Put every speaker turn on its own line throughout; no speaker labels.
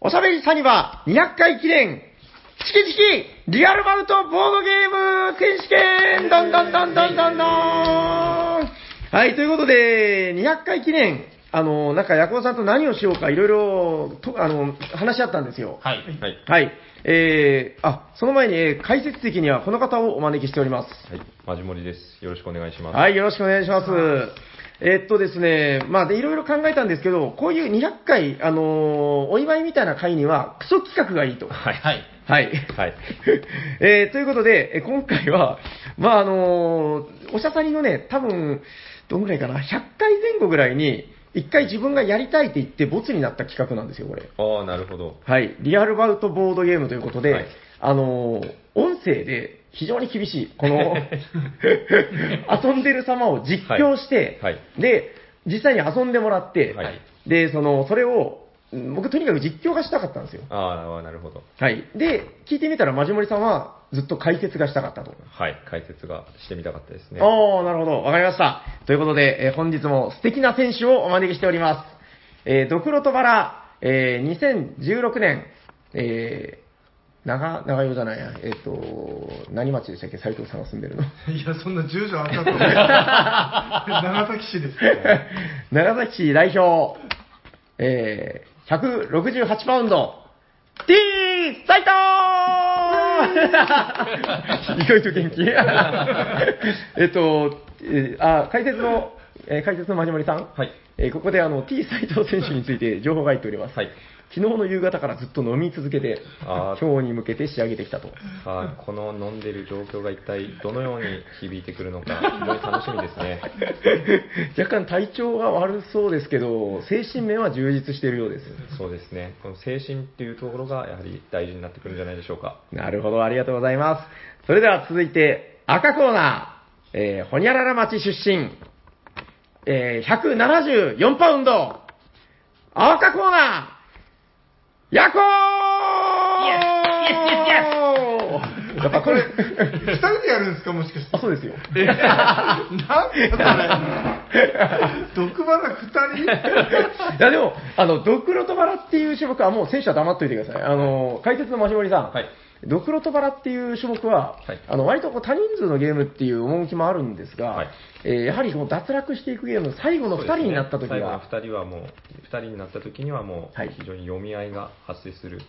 おしゃべりサニバ200回記念、チキチキリアルマウントボードゲーム選手権どんどんどんどんどんどんはい、ということで、200回記念、あの、なんか、ヤコウさんと何をしようか、いろいろ、とあの、話し合ったんですよ。
はい。
はい。
はい。えー、あ、その前に、えー解説席にはこの方をお招きしております。
はい。マジモリです。よろしくお願いします。。
はいい、よろしくお願いします。えっとですね、まあ、で、いろいろ考えたんですけど、こういう200回、あのーお祝いみたいな回には、クソ企画がいいと。
はい。
はい。
はい。
はい。
えーということで、えー今回は、まあ、あのーおしゃさりのね、多分、どんぐらいかな、100回前後ぐらいに、一回自分がやりたいって言って、ボツになった企画なんですよ、これ。
ああ、なるほど。
はい、リアルバウトボードゲームということで、
はい
あのー音声で非常に厳しい、こ の遊んでる様を実況して、
はいは
で実際に遊んでもらって、
はい
でそのそれをうん僕、とにかく実況がしたかったんですよ。
ああ、なるほど。
はい、で、聞いてみたら、マジモリさんはずっと解説がしたかったと。
はい。解説がしてみたかったですね。
おー、なるほど。わかりました。ということで、えー本日も素敵な選手をお招きしております。えードクロとバラ、えー2016年、えー長、長代じゃないや、えっ、と、何町でしたっけ斉藤さんが住んでるの。
いや、そんな住所あった と思う長崎市ですよ。
長崎市代表、えー168パウンド、T 斉藤 意外と元気えっと、えーあ、解説の、えー解説のまじまりさん。
はい
えーここであの T 斉藤選手について情報が入っております。
はい
昨日の夕方からずっと飲み続けて
あ、ー
今日に向けて仕上げてきたと。
あーこの飲んでる状況が一体どのように響いてくるのか、非常に楽しみですね。
若干体調が悪そうですけど、精神面は充実しているようです。
そうですね。この精神っていうところがやはり大事になってくるんじゃないでしょうか。
なるほど、ありがとうございます。それでは続いて、赤コーナー、えー、ほにゃらら町出身、えー、174パウンド、赤コーナー、ヤコーやっぱこれ、
二人でやるんですか、もしかして
あ、。そうですよ。
なん でそれ。毒花二人
いやでも、あの、ドクロとバラっていう種目はもう選手は黙っといてください。あの、解説のマシモリさん。
はい
ドクロとバラっていう種目は、
はい
あの割とこう多人数のゲームっていう趣もあるんですが、
はい
えーやはりこう脱落していくゲーム、最後の2人になった時
そうですね
は、
最後の2人はもう、2人になった時にはもう、
はい
非常に読み合いが発生する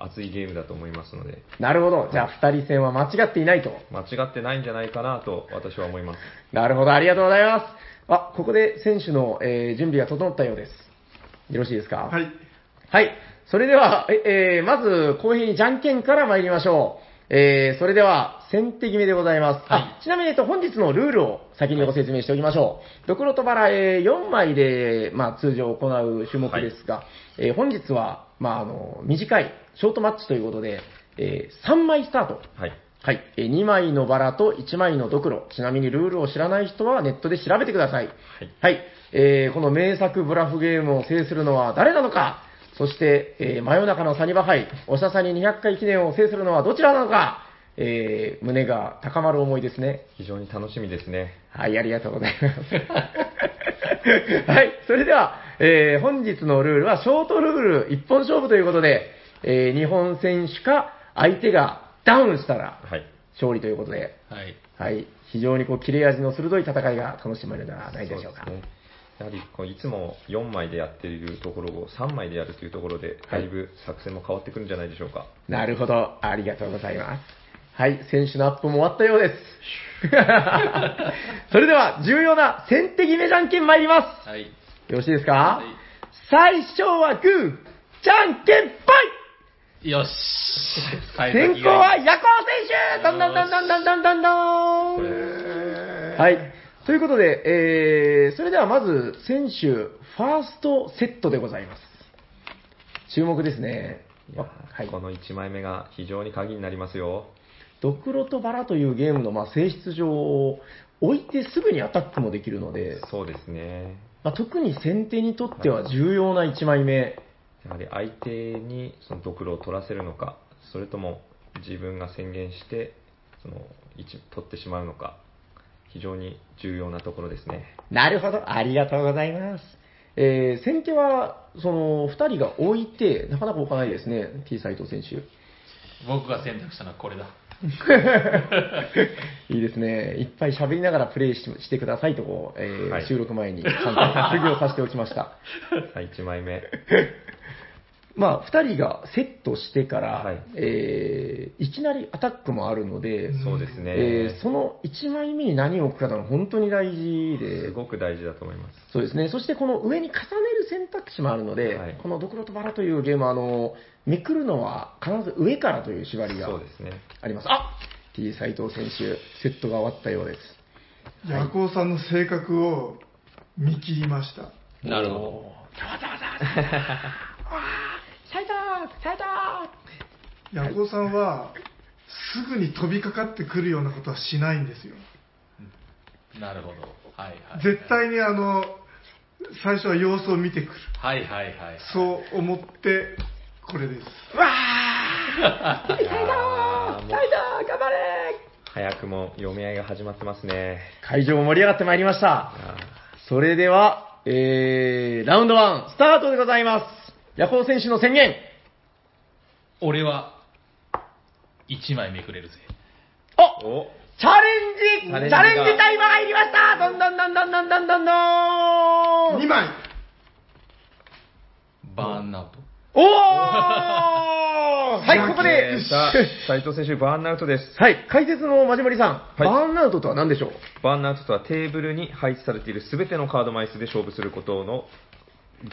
熱いゲームだと思いますので、
なるほど、じゃあ2人戦は間違っていないと。
間違ってないんじゃないかなと私は思います。
なるほど、ありがとうございます。あ、ここで選手の、えー準備が整ったようです。よろしいですか
はい。
はい。それでは、え、えーまず、公平にじゃんけんから参りましょう。えーそれでは、先手決めでございます。
は
あちなみに、えっと、本日のルールを先にご説明しておきましょう。ドクロとバラ、えー4枚で、まあ、通常行う種目ですが、えー本日は、まあ、あの、短い、ショートマッチということで、え3枚スタート。
はい。
はい、えー2枚のバラと1枚のドクロ。ちなみにルールを知らない人はネットで調べてください。
はい
えーこの名作ブラフゲームを制するのは誰なのかそして、えー真夜中のサニバハイ、おしゃさに200回記念を制するのはどちらなのかえー胸が高まる思いですね。
非常に楽しみですね。
はい、ありがとうございます。 はい、それでは、えー本日のルールはショートルール一本勝負ということで、えー日本選手か相手がダウンしたら
はい。
勝利ということで、
はい。
はい、非常にこう切れ味の鋭い戦いが楽しまれるのではないでしょうか。
そうですねやはりこういつも4枚でやっているところを3枚でやるというところで、だいぶ作戦も変わってくるんじゃないでしょうか。
なるほど、ありがとうございます。はい、選手のアップも終わったようです。 それでは、重要な先手決めじゃんけん参りま
はい。
す。よろしいですか、
い
最初はグー、じゃんけんぽ
よし。
い先行は
い。
ヤコウ選手どんどんどんどんどんどんどんどんはい。ということで、えー、それではまず選手、ファーストセットでございます。注目ですね。
いや
あ
ー
はい。
この1枚目が非常に鍵になりますよ。
ドクロとバラというゲームのまあ性質上、置いてすぐにアタックもできるので、
そうですね。
まあ、特に先手にとっては重要な1枚目。
やはり相手にそのドクロを取らせるのか、それとも自分が宣言して、その一取ってしまうのか、非常に重要なところですね。
なるほど、ありがとうございます。えー先手は、その、2人が置いて、なかなか置かないですね、T 斎藤選手。
僕が選択したのはこれだ。
いいですね。いっぱい喋りながらプレイししてくださいとこう、えー
はい
収録前にちゃんと卒業させておきました。
さあ、1枚目。
まあ、2人がセットしてから、
はい
えーいきなりアタックもあるので、
うん
そうですね。、
えーその1枚目に何を置くかが本当に大事です
ごく大事だと思います。
そうですね。そしてこの上に重ねる選択肢もあるので、
はい
このドクロとバラというゲームは、あの、めくるのは必ず上からという縛りが
そうですね。
あります。あ T 斎藤選手、セットが終わったようです。
ヤコウさんの性格を見切りました。
なるほ
斉藤斉藤
ヤコウさんは、すぐに飛びかかってくるようなことはしないんですよ。
ど。なるほど。はいはい。
絶対にあの、最初は様子を見てくる。
はいはいはい。
そう思って、これです。
いやーも
斉
う
藤頑張れ
早くも読み合いが始まってますね。
会場も盛り上がってまいりました。
あ
それでは、えー、ラウンド1、スタートでございます。ヤコウ選手の宣言。
俺は、1枚めくれるぜ。
あ
ーお
チャレンジチ
チ
ャ
ャ
レ
レ
ン
ン
ジ
ジ
タ
が
イムが入りましたどんどんどんどんどんどんどんどん
2枚
バーンアウト。
おーはい、ここで、
さあ、斎藤選手、バーンアウトです。
はい、解説のまじまりさん、
い
バーンアウトとは何でしょう
バーンアウトとはテーブルに配置されている全てのカード枚数で勝負することの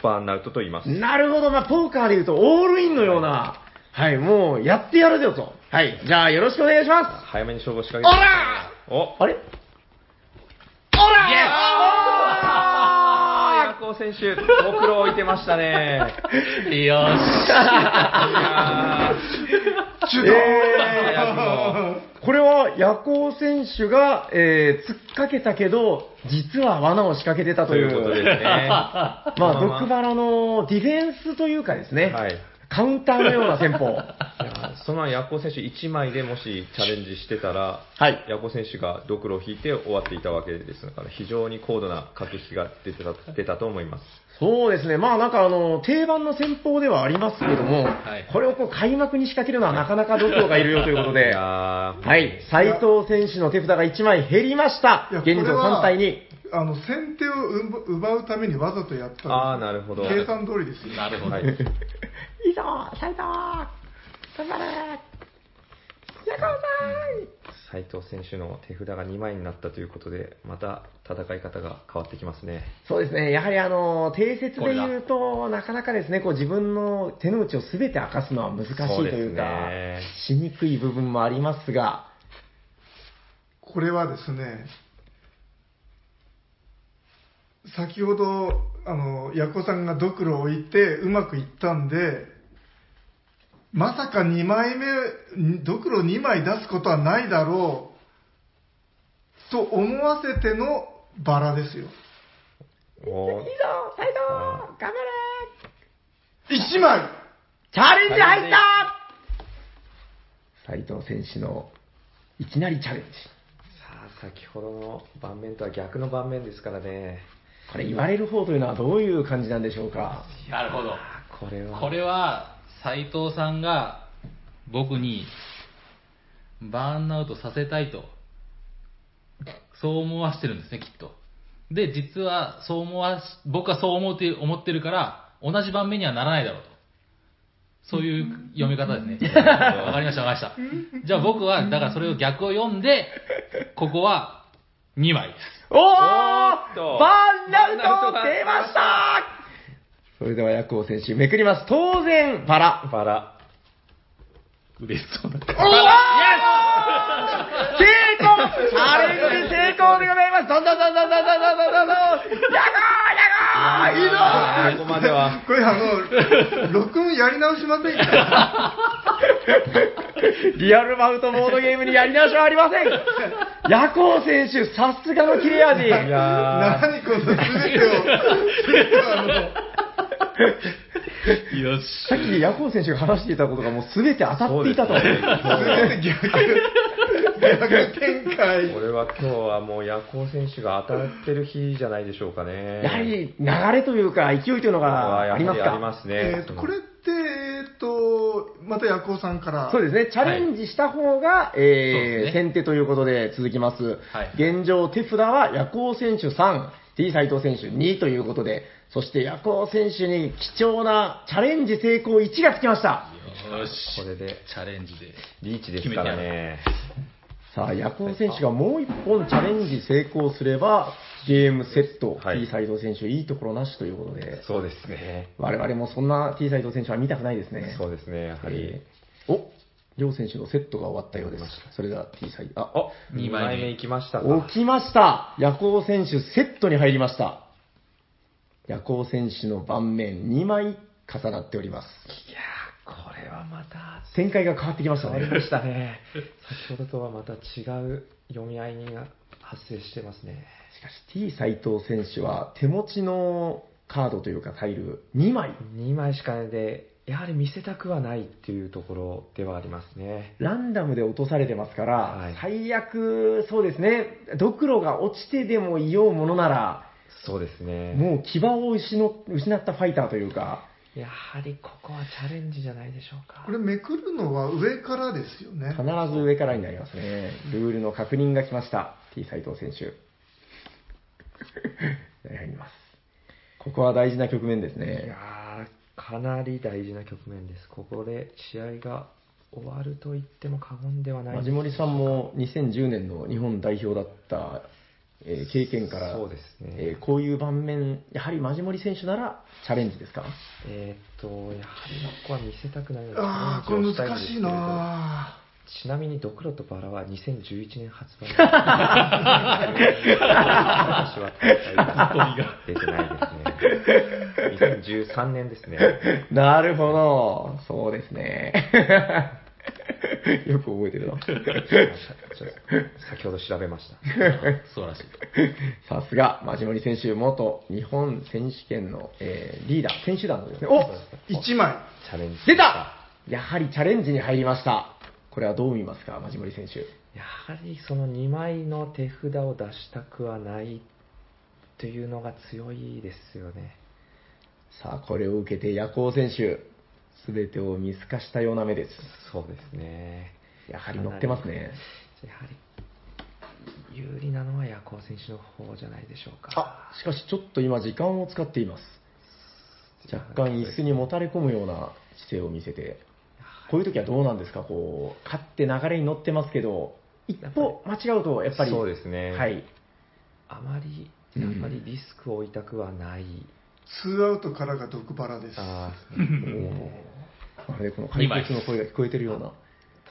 バーンアウトと言います。
なるほど、まあ、ポーカーで言うと、オールインのような、はい、もう、やってやるぜよと。はい、じゃあ、よろしくお願いします。
早めに勝負を仕掛
お
けて
ら
お
あれおら
あ
あ
ーヤコウ選手、ご苦労を置いてましたね。
よ
いや
ーえーこれは夜行選手が、えー、突っかけたけど、実は罠を仕掛けてた
ー
と
と
い。
いううことですね。は
まあ、
まあまあ
毒バラのディフェンスというかですね、
い。
カウンターのような戦法。
いやーそのヤコウ選手1枚でもしチャレンジしてたら、
はい。
ヤコウ選手がドクロを引いて終わっていたわけですから、非常に高度な駆け引きが出てた出たと思います。
そうですね。まあ、なんかあの、定番の戦法ではありますけども、
い
これをこう開幕に仕掛けるのはなかなか度胸がいるよということ
い
で、は
やー
い。斉藤選手の手札が1枚減りました
いや。これ
現
は
状3対2。
あの先手を奪奪うためにわざとやったんですよ
あーなるほど
計算通りですよ
なるほど。
はい
いいぞ、斉藤頑張れヤコウ
斉藤選手の手札が2枚になったということで、また戦い方が変わってきますね。
さんそうですね、やはりあの、定説で言うと、なかなかですね、こう自分の手の内を全て明かすのは難しいというか、しにくい部分もありますが、
これはですね先ほどあのヤコさんがドクロを置いてうまくいったんでまさか2枚目にドクロ2枚出すことはないだろうと思わせてのバラですよ
おー
いいぞ、斉藤
あ
頑張れ
1枚
チャレンジ入った斉藤選手のいきなりチャレンジ。
さあ、先ほどの盤面とは逆の盤面ですからね。
これ言われる方というのはどういう感じなんでしょうか
なるほど。
あこれは。
これは、斎藤さんが僕にバーンアウトさせたいと、そう思わしてるんですね、きっと。で、実は、そう思わし、僕はそう思って思ってるから、同じ盤面にはならないだろうと。そういう読み方ですね。わかりました、わかりました。じゃあ僕は、だからそれを逆を読んで、ここは2枚です。
おー
おーっと
バーンアウト出ましたそれでは、ヤクオ選手、めくります。当然、バラ。
バラ。
嬉しそう
お
な
ー成功チャレンジ成功でございますどんどんどんどんどんどんどんどんどんヤゴーヤゴーいいぞ
あーここまでは。
これあの録音やり直しませんか
リアルマウントボードゲームにやり直しはありませんヤコウ選手、さすがの切れ味
いやー
何この全てを全てをあの
よし。
さっきヤコウ選手が話していたことがもう全て当たっていたと。
そうですね
全て逆逆展開。
これは今日はもう夜行選手が当たってる日じゃないでしょうかね。
やはり流れというか、勢いというのがあります
やはりあ
か。
りますね。
えーとこれって、えーとまたヤコウさんから。
そうですね、チャレンジした方が、
そう
え
で
ー
すね
先手ということで続きます。
はい
現状、手札は夜行選手3、D 斎藤選手2ということで、そして夜行選手に貴重なチャレンジ成功1がつきました。
よし。
これで
チャレンジで。
リーチですからね。
さあ、夜行選手がもう1本チャレンジ成功すれば、ゲームセット、
はい
T 斎藤選手、いいところなしということで、
そうですね。
我々もそんな T 斎藤選手は見たくないですね。
そうですね、やはり。
えーお両選手のセットが終わったようです。それでは T サイ、あ、あ、
2
2
枚
枚
目
目
行きましたか。
起きました。夜行選手セットに入りました。夜行選手の盤面2枚重なっております。
これはまた、
展開が変わってきました
変わり
ね。
ました ね。先ほどとはまた違う読み合いが発生してますね。
しかし T 斎藤選手は手持ちのカードというかタイル2枚。
2枚しかないで、やはり見せたくはないっていうところではありますね。
ランダムで落とされてますから、
はい
最悪、そうですね、ドクロが落ちてでもいようものなら、
そうですね。
もう牙を失失ったファイターというか、
やはりここはチャレンジじゃないでしょうか。
これめくるのは上からですよね
必。ず上からになりますね。ルールの確認が来ました。T 斎藤 選手。やります。ここは大事な局面です
いや
ね。
ーかなり大事な局面です。ここで試合が終わると言っても過言ではない
マジモリさんも2010年の日本代表だった、えー経験から、
そうですね
えーこういう盤面、やはりマジモリ選手ならチャレンジです か
えーっと、やはりここは見せたくないので
ああ、
チャ
こ
レンジ
れ
をたんですけ
難し
れ
い
ど
な
ちなみに、ドクロとバラは2011年発売。 私は大会に出て ないですね。2013年ですね。
なるほど。そうですね。 よく覚えてるな。
ちょっと先ほど調べました。
素晴らしい。
さすが、マジモリ選手、元日本選手権の、えーリーダー、選手団のですね。お
1枚。
チャレンジ。
出たやはりチャレンジに入りました。これはどう見ますか、マジモリ選手。
やはりその2枚の手札を出したくはないというのが強いですよね。
さあ、これを受けて夜行選手、すべてを見透かしたような目です。
そうですね。
やはり乗ってますね。
やはり有利なのはヤコウ選手の方じゃないでしょうか
あ。、しかしちょっと今時間を使っています。若干椅子にもたれ込むような姿勢を見せて、こういう時はどうなんですか、こう、勝って流れに乗ってますけど、一歩間違うと、やっぱり、
そうですね
はい。
あまりやっぱりリスクを負いたくはない。
ツーアウトからが毒バラです。
あ
まるでこの解決の声が聞こえてるような。
あ、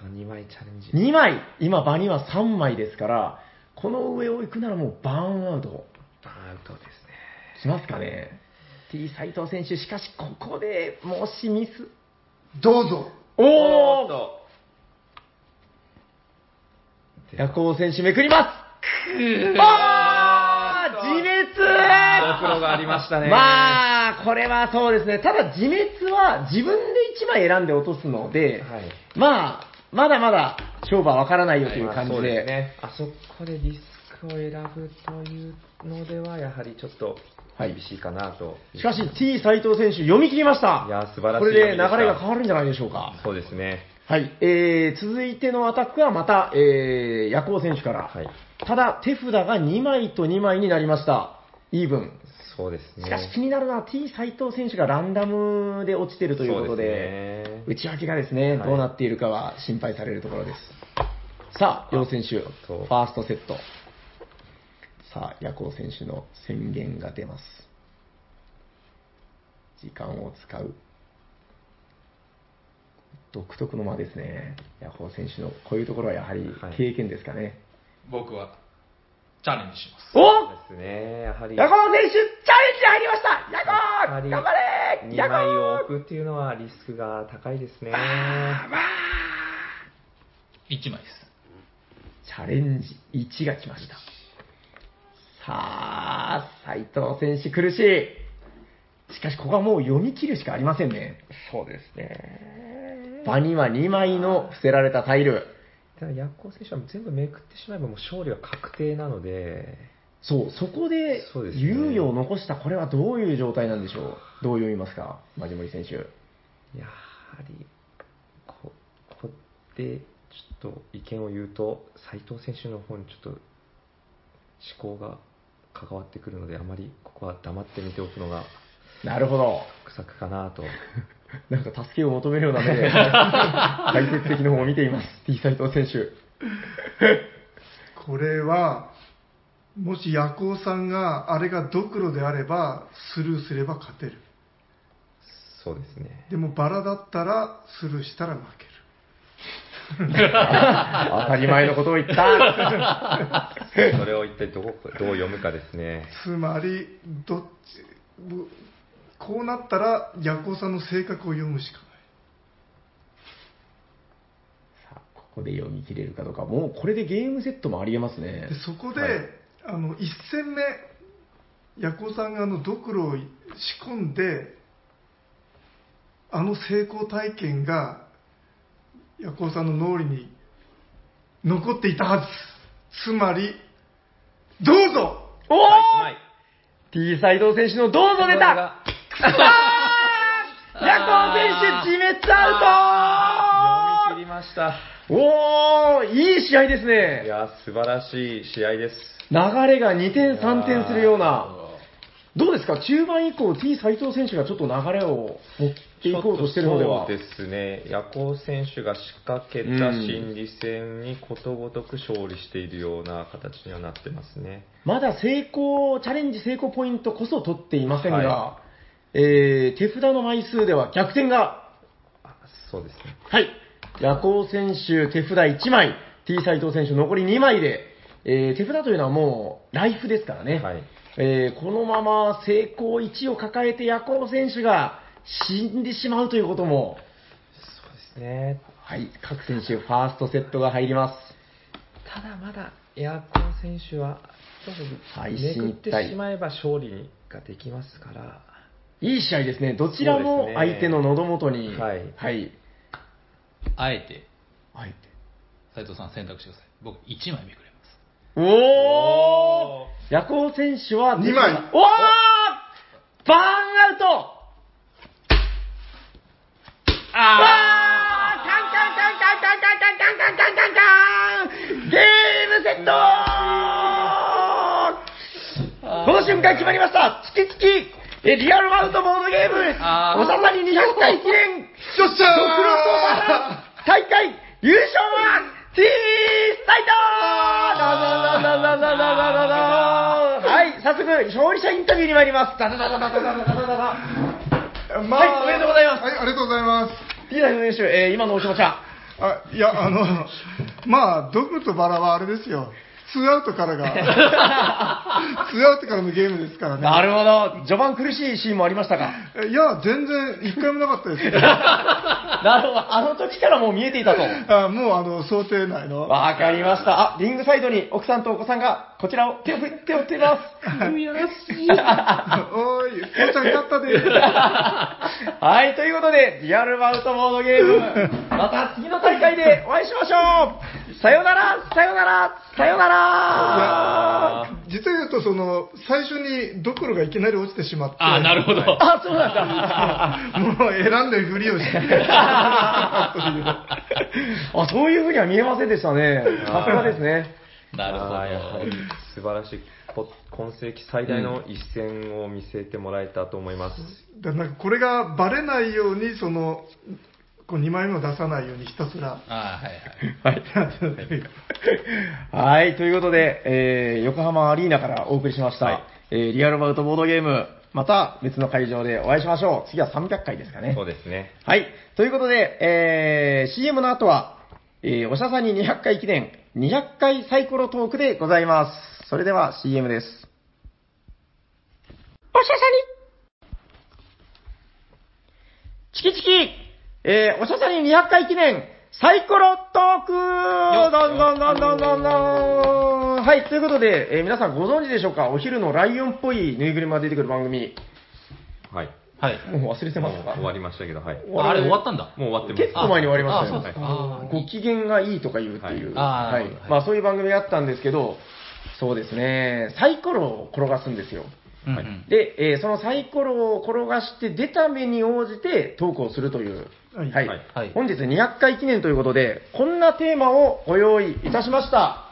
2枚チャレンジ。
2枚今場には3枚ですからこの上を行くならもうバーンアウト
バーンアウトですね。
しますかね T 斎藤選手しかしここでもしミス
どうぞ。
おお
と
夜行選手めくりますああー自滅
黒 がありましたね。
まあこれはそうですねただ自滅は自分で1枚選んで落とすので、
はい
まあまだまだ勝負は分からないよという
まあ
感じ
そう
で、
ですね。あそこでリスクを選ぶというのでは、やはりちょっと
はい
厳しいかなと。
しかし T 斎藤選手読み切りました
いや素晴らし
こ
い
れで流れが変
わ
わるんじゃないでしょうか
そうですね。
はい、えー、続いてのアタックはまた、えー、夜行選手から、
はい
ただ手札が2枚と2枚になりました、イーブン、
そうですね。
しかし気になるのは T 斎藤選手がランダムで落ちてるということで、
そうですね
内訳がですね、
はい
どうなっているかは心配されるところです。さあ、両選手、フ
と
ァーストセット、さあ、夜行選手の宣言が出ます。時間を使う独特の間ですね、ヤホー選手のこういうところはやはり
はい
経験ですかね。
僕は、チャレンジします。
お
そうですね。やはり、
ヤホー選手、チャレンジ入りました
や
ヤ
は
ホー
り
頑張れ
2
ヤ
枚
ホ
を
ー
置くっていうのはリスクが高いですね。
1枚です。
チャレンジ1が来ました。さあ、斉藤選手苦しい。しかしここはもう読み切るしかありませんね。
そうですね。
場には2枚の伏せられたタイル。
ただ、薬効選手は全部めくってしまえばもう勝利は確定なので、
そう、そこで
そうですね
猶予を残した、これはどういう状態なんでしょう、どう読みますか、マジモリ選手。
やはり、ここで、ちょっと意見を言うと、斉藤選手の方にちょっと思考が関わってくるので、あまりここは黙って見ておくのが
なるほど、
不作かなと。
なんか助けを求めるような目 で、解説席の方を見ています、T 斎藤選手。
これはもし夜行さんがあれがドクロであればスルーすれば勝てる
そうで すね。
でもバラだったらスルーしたら負ける
当たり前のことを言った。
それを一体どこどう読むかですね。
つまりどっちぶこうなったら夜行さんの性格を読むしか
さあここで読み切れるかどうか、もうこれでゲームセットもありえますね
ないで。そこで、
はい
あの1戦目夜行さんがあのドクロを仕込んであの成功体験が夜行さんの脳裏に残っていたはずつまりどうぞ
おお
はい
!T 斎藤選手のどうぞ出たヤコブ選手、自滅アウ
読み切りました。
トおー、いい試合です
い
ね。
や、素晴らしい試合です。
流れが2点、3点するような。
あ
どうですか中盤以降、T 斎藤選手がちょっと流れを持っていこうとしてるのでは。
そうですね。夜行選手が仕掛けた心理戦にことごとく勝利しているような形にはなってますね。
まだ成功、チャレンジ成功ポイントこそ取っていませんが、
は
えー、手札の枚数では逆転が、
あそうですね。
はい、夜行選手手札1枚、T 斎藤選手残り2枚で、えー、手札というのはもうライフですからね、
はい。
えー、このまま成功1を抱えて夜行選手が死んでしまうということも、
そうですね。
はい、各選手ファーストセットが入ります。
ただまだ夜行選手は、
はい
めくって
心配
しまえば勝利ができますから、
いい試合ですね。どちら
そう
も
ですね
相手の喉元に、
はい
はい、
あえて、
相手。
斉藤さん選択してください。僕、1枚めくれます。
おお夜行選手は
二枚
おおバーンアウトあーカンカンカンカンカンカンカンカンカンカンカンカンゲームセットこの瞬間決まりましたチキチキえリアルマウントボードゲーム
あー
おさまに200回記念
よっし
ドクロとバラ
ゃ
大会優勝は T サイトはい、早速、勝利者インタビューに参ります。ダダダダダダダダダダ
ーま
はいおめでとうございます
はい、ありがとうございます
T 代表選手、えー今のお気持ちは
あいや、あの、まあ、ドクとバラはあれですよ、ツーアウトから が、ツーアウトからのゲームですからね。
なるほど。序盤苦しいシーンもありましたか
いや、全然一回もなかったです よ。
なるほど。あの時からもう見えていたと。
あもうあの想定内の。
わかりました。あ、リングサイドに奥さんとお子さんが、こちらを手を振っておってます。よろしい。
おーい、紅茶になった で。
はい、ということで、リアルバウトボードゲーム、また次の大会でお会いしましょうさよならさよならさよなら
実は言うと、その、最初にドクロがいきなり落ちてしまって、
ああ、なるほど。
あ、そうなんだ。
もう選んでるふりをして、
あ、そういうふうには見えませんでしたね。さすがですね。
なるほ
あーやは
ど
り。素晴らしい、こ今世紀最大の一戦を見せてもらえたと思います。
だなんかこれがバレないように、その、こう2枚目を出さないようにひたすら。
ああ、はいはい。
はい。はい、ということで、えー横浜アリーナからお送りしました、
はい
えーリアルバウトボードゲーム、また別の会場でお会いしましょう。次は300回ですかね。
そうですね。
はい。ということで、えー、CM の後は、えーおしゃさんに200回記念、200回サイコロトークでございます。それでは CM です。おしゃさにチキチキえー、おしゃさに200回記念、サイコロトークどんどんどんどんどんどんはい、ということで、えー皆さんご存知でしょうかお昼のライオンっぽいぬいぐるみが出てくる番組。
はい。
はい。
もう忘れて
も
ま
う
すか
終わりましたけど、はい。も
ああれ終わったんだ。
う終わってます。
結構前に終わりましたよ
あ、そうですか。
は
あ
ご機嫌がいいとか言うっていう、
は
は
い
い
あーなるほどはい
まあ、そういう番組があったんですけど、そうですね、サイコロを転がすんですよ。
ーうんう
はい
ん
で、えーそのサイコロを転がして出た目に応じてトークをするという、
はい
はい
はい
はい
本日200回記念ということで、こんなテーマをご用意いたしました。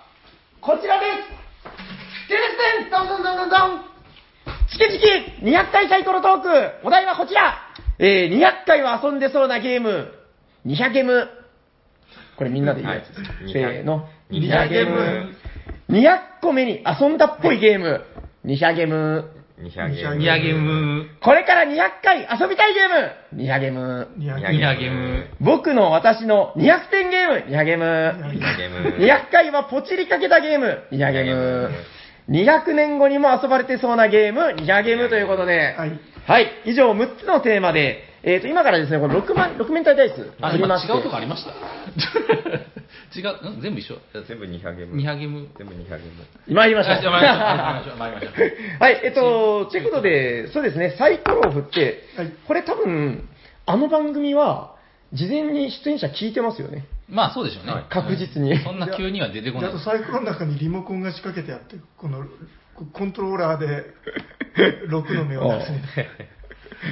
こちらですテレステンドンドンドンドンドンチキチキ200回サイコロトークお題はこちらえー、200回は遊んでそうなゲーム、200ゲーム。これみんなで言うやつです。
はい
せーの。
200ゲー
ム
200個目に遊んだっぽいゲーム、200ゲーム。
200ゲーム。
ニャゲーム、
これから200回遊びたいゲーム、200ゲーム。
ニャ
ニ
ゲ
ャ
ニャゲーム
僕の私の200点ゲーム、200ゲーム。
ニャゲーム。
200回はポチりかけたゲーム、200ゲーム。200年後にも遊ばれてそうなゲーム、200ゲームということで、
はい。
はい、以上6つのテーマで、えー、と今からですね、この 6, 万6面体ダイス
あ、
振り
今
まして、
違うとこありました 違う、ん全部一緒
全部200ゲーム。
ニャゲーム。
全部200ゲーム。
参りましょう。
あじゃあ参りましょう参りましょう参り まし
はい、えっと、ということで、そうですね、サイコロを振って、
はい
これ多分、あの番組は、事前に出演者聞いてますよね。
まあそうでしょうね
はい。
確実に
うんそんな急には出てこ
で
な
あ
い
と。サイコロの中にリモコンが仕掛けてあって、このこコントローラーで6の目を出すみたいな。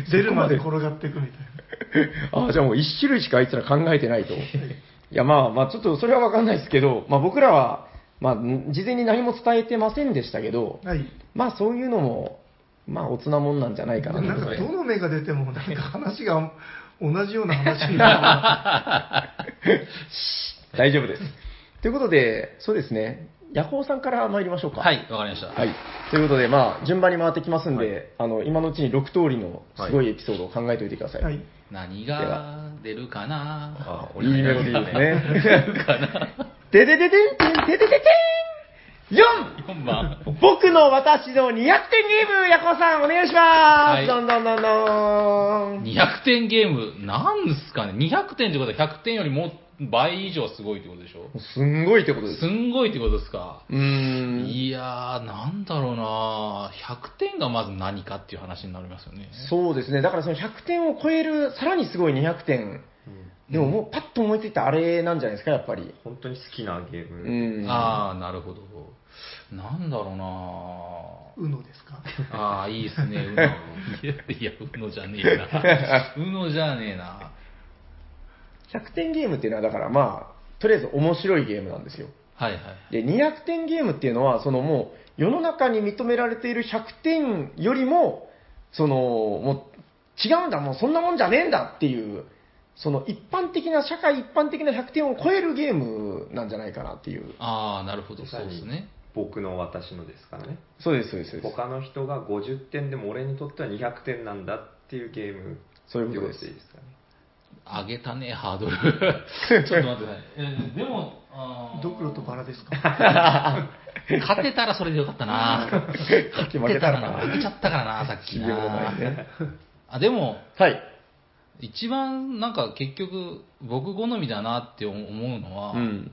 出るまで転がっていくみたい
あじゃあもう1種類しかあいつら考えてないと。いや、まあまあ、ちょっとそれはわかんないですけど、まあ僕らは、まあ、事前に何も伝えてませんでしたけど、
な。はい。
まあそういうのも、まあおつなもんなんじゃないかなと
なん
思
か
い
ど
ま
の目が出ても、なんか話が同じような話にな
す。大丈夫です。ということで、そうですね、ヤホーさんから参りましょうか。
はい、わかりました。
はい。ということで、まあ順番に回ってきますんで、あの、今のうちに6通りのすごいエピソードを考えておいてくだ さい。
る。はい。
何が出るかな
あ、
いいメロディーですね。
出るかな
ででででんてんててててん !4!
4番。
僕の私の200点ゲーム、ヤコさん、お願いします、
はい
どんどんどんどん
200点ゲーム、なんですかね、200点ってことは100点よりも倍以上すごいってことでしょ
すんごいってことです。
すんごいってことですか、
うーん。
いやー、なんだろうな100点がまず何かっていう話になりますよね。
そうですね。だからその100点を超える、さらにすごい200点。でももうパッと思いついたあれなんじゃないですか、やっぱり。
本当に好きなゲー
う
ム。
ん。
あー、なるほど。なんだろう
う
な
のですか
ああ、いいですね、うの。いや、うのじゃねえ な。うのじゃねえな。
100点ゲームっていうのは、だからまあ、とりあえず面白いゲームなんですよ。
はいはい。
で、200点ゲームっていうのは、そのもう、世の中に認められている100点よりも、その、もう、違うんだ、もうそんなもんじゃねえんだっていう、その一般的な、社会一般的な100点を超えるゲームなんじゃないかなっていう。
ああ、なるほど、そうですね。
僕の私のですからね。
そうです、そうです、そうです。
他の人が50点でも俺にとっては200点なんだっていうゲーム。
そういうことです
っていいですかね。
上げたね、ハー ドル。ちょっと待ってください。えーでも、あー
ドクロとバラです か
勝てたらそれでよかったな。
さっ き負け
勝て
た
た
ら
ら
な
な、負けちゃったからな、さっき
微妙な
な。
ね
あでも、
はい。
一番なんか結局、僕好みだなって思うのは、
うん。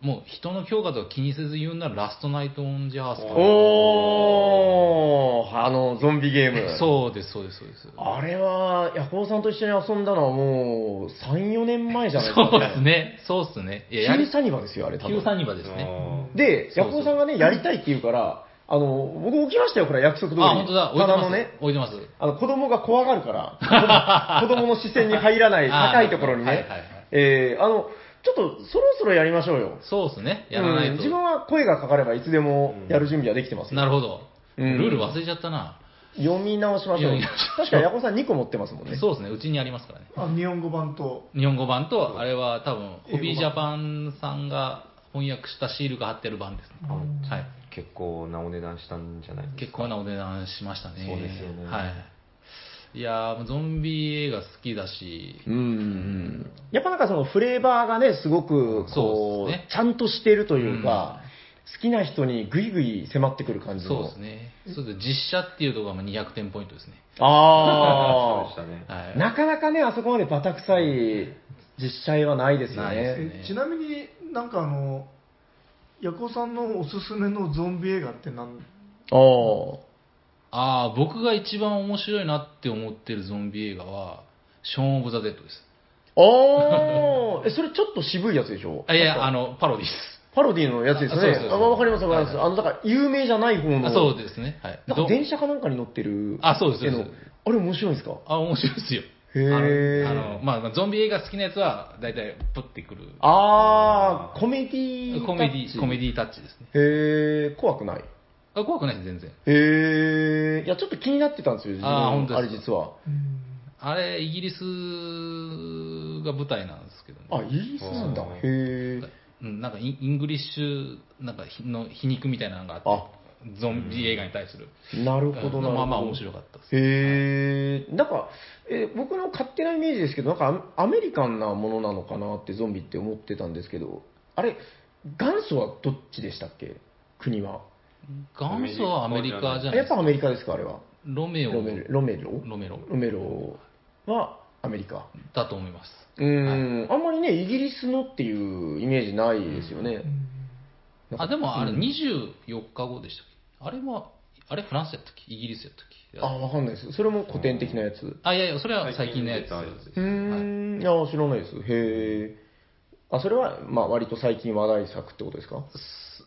もう人の評価とか気にせず言うなら、ラストナイト・オン・ジャースかな
おー、あの、ゾンビゲーム。う。
そうです、そうです、そうです。
あれは、ヤホーさんと一緒に遊んだのはもう、3、4年前じゃないですか、
そうです。ね、そうですね。いや、やり
9サニバですよ、あれ多分。
9サニバですね。
あ
で、
そ
ヤ
うそ
コウ
う
さんがね、やりたいって言うから、あの、僕起きましたよ、これ約束通り。
あ、本当だ、置い
た
て
だ
ま
の
す
ね。、
置いてます。
あの、子供が怖がるから、子供子供の視線に入らない
あー
高いところに
はいはい
ね
はい。
えーあの、ちょっとそろそろやりましょうよ。
そうですね、やらな
うん
いと
自。分は声がかかればいつでもやる準備はできてますよ。
なるほど。
うん
ルール忘れちゃったな。
読み直しましょう
読み直しましょ
確
う。
かヤコウさん2個持ってますもんね。
そうですね、うちにありますからね。
あ日本語版と。
日本語版と、あれは多分、ホビージャパンさんが翻訳したシールが貼ってる版ですね。はい。
ー結構なお値段したんじゃないですか。
結構なお値段しましたね。
そうですよね
はい。いやーゾンビ映画好きだし、
うんやっぱなんかそのフレーバーがね、すごく
そ
こ
う
う、
ですね
ちゃんとしてるというか、好きな人にぐいぐい迫ってくる感じの。
そうですね。そうです実写っていうところがまあ200点ポイントですね。
そう
あ
でしたね。
は
あ、
い。
なかなかね、あそこまでバタ臭い実写絵はないですよ
ないです
ね。
ね
えちなみになんかあの、ヤコさんのおすすめのゾンビ映画ってなん
ああ
ああ、僕が一番面白いなって思ってるゾンビ映画は、ショーン・オブ・ザ・デッドです。
あー、え、それちょっと渋いやつでしょ
あいや、あ
の、
の、パロディです。
パロディのやつです
あそうで
ね
す。
あ、わかりますわかります。
は
あの、だから、有名じゃない方
あ
の。
そうですね。はい。
なんか
ど
電車かなんかに乗ってる。
あそうですそうです
絵のあれ面白いんですか
あ、面白いですよ。
へー
あのあの、まあまあ、ゾンビ映画好きなやつは、だいたいプッてくる。
あー、コメディータッチ。
コメディ、コメディタッチですね。
へー、怖くない。
あ怖くないです、全然。
へー、いや、ちょっと気になってたんですよ、自分
あー本当
あれ
ですか
実は。
うん
あれ、イギリスが舞台なんですけどね。
あ、イギリスなんだ
あ。ー
へー。
うん、なんかインイングリッシュなんかひの皮肉みたいなのがあって、ゾンビ映画に対する。
なるほどなるほど。
うんまあまあ面白かったです。
へえ、なんか、えー僕の勝手なイメージですけど、なんかアアメリカンなものなのかなってゾンビって思ってたんですけど、あれ、元祖はどっちでしたっけ国は。
元祖はアメリカじゃない
や
で
っ
すか
ぱ。アメリカですか、あれは。
ロメオ、
ロメロメロ
ロメロ
ロメロはアメリカ。
だと思います。
うーん、あんまりね、イギリスのっていうイメージないですよね。
あ、でもあれ
うん
24日後でしたっけ、あれは、あれフランスやったっけイギリスやったっけ
あ、わかんないです。それも古典的なやつ。
あ、いやいや、それは最近のやつ。
最近出たやつ
うーん、いや、知らないです。へえ。あ、それは、まあ、割と最近話題作ってことですか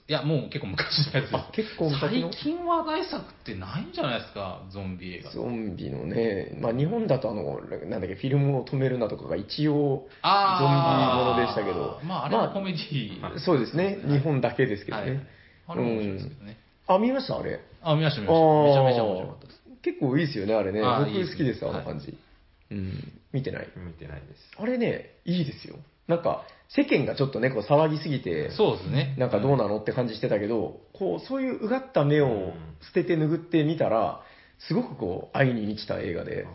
いや、もう結構昔のやつです
あ。結構昔の
最近話題作ってないんじゃないですか、ゾンビ映画。
ゾンビのね、まあ、日本だとあの、なんだっけ、フィルムを止めるなとかが一応、
あ
ゾ
ー
ンビものでしたけど
まあ、あれは
まあ
コメディー。
そうですね、日本だけですけど
はい
ね。。
あれ面白いですけどね。
あ、見ましたあれ。
あ、見ました見
あ
ました。
ー
めちゃめちゃ面白かったです。
結構いいですよね、あれね。
あー
僕
いいですね
好きです、あ
は
の
い
感じ。うん、見てない。
見てないです
あれね、いいですよ。なんか、世間がちょっとね、こう騒ぎすぎて、
そうですね。
なんかどうなのって感じしてたけど、こう、そういううがった目
う
を
ん
捨てて拭ってみたら、すごくこう、愛に満ちた映画で。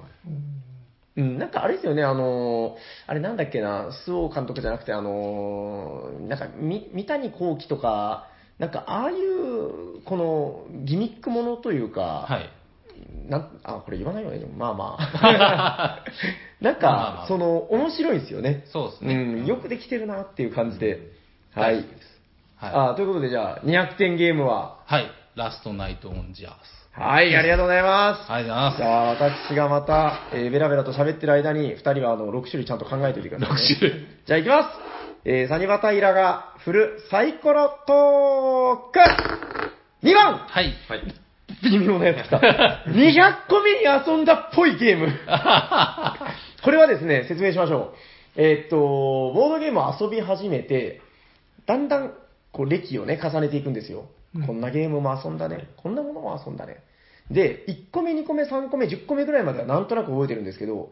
うん
うん、なんかあれですよね、あのーあれなんだっけな、周防監督じゃなくて、あのーなんかみ、三谷幸喜とか、なんかああいう、この、ギミックものというか、
はい。
なんあ、これ言わないよね、まあま あ。なん
まあま
か
あ、
その、面白いですよね。
そうです
う
ね。
ん、よくできてるなっていう感じで。
うん
はい
大好きです。は
あということで、じゃあ、200点ゲームは、
い。はい。ラストナイトオンジャース。
はい、ありがとうございます。
ありがと
じ
うございま
ゃあ、私がまた、えー、ベラベラと喋ってる間に、2人はあの6種類ちゃんと考えておいてください、ね。
6種類
じゃあ、いきます。えー、サニバタイラが振るサイコロトーク !2 番
す。はい。
はい
微妙なやつ来た。200個目に遊んだっぽいゲ ーム。これはですね、説明しましょう。えーっと、ボードゲームを遊び始めて、だんだん、こう、歴をね、重ねていくんですよ。
うん
こんなゲームも遊んだ
はい
ね。こんなものも遊んだね。で、1個目、2個目、3個目、10個目ぐらいまではなんとなく覚えてるんですけど、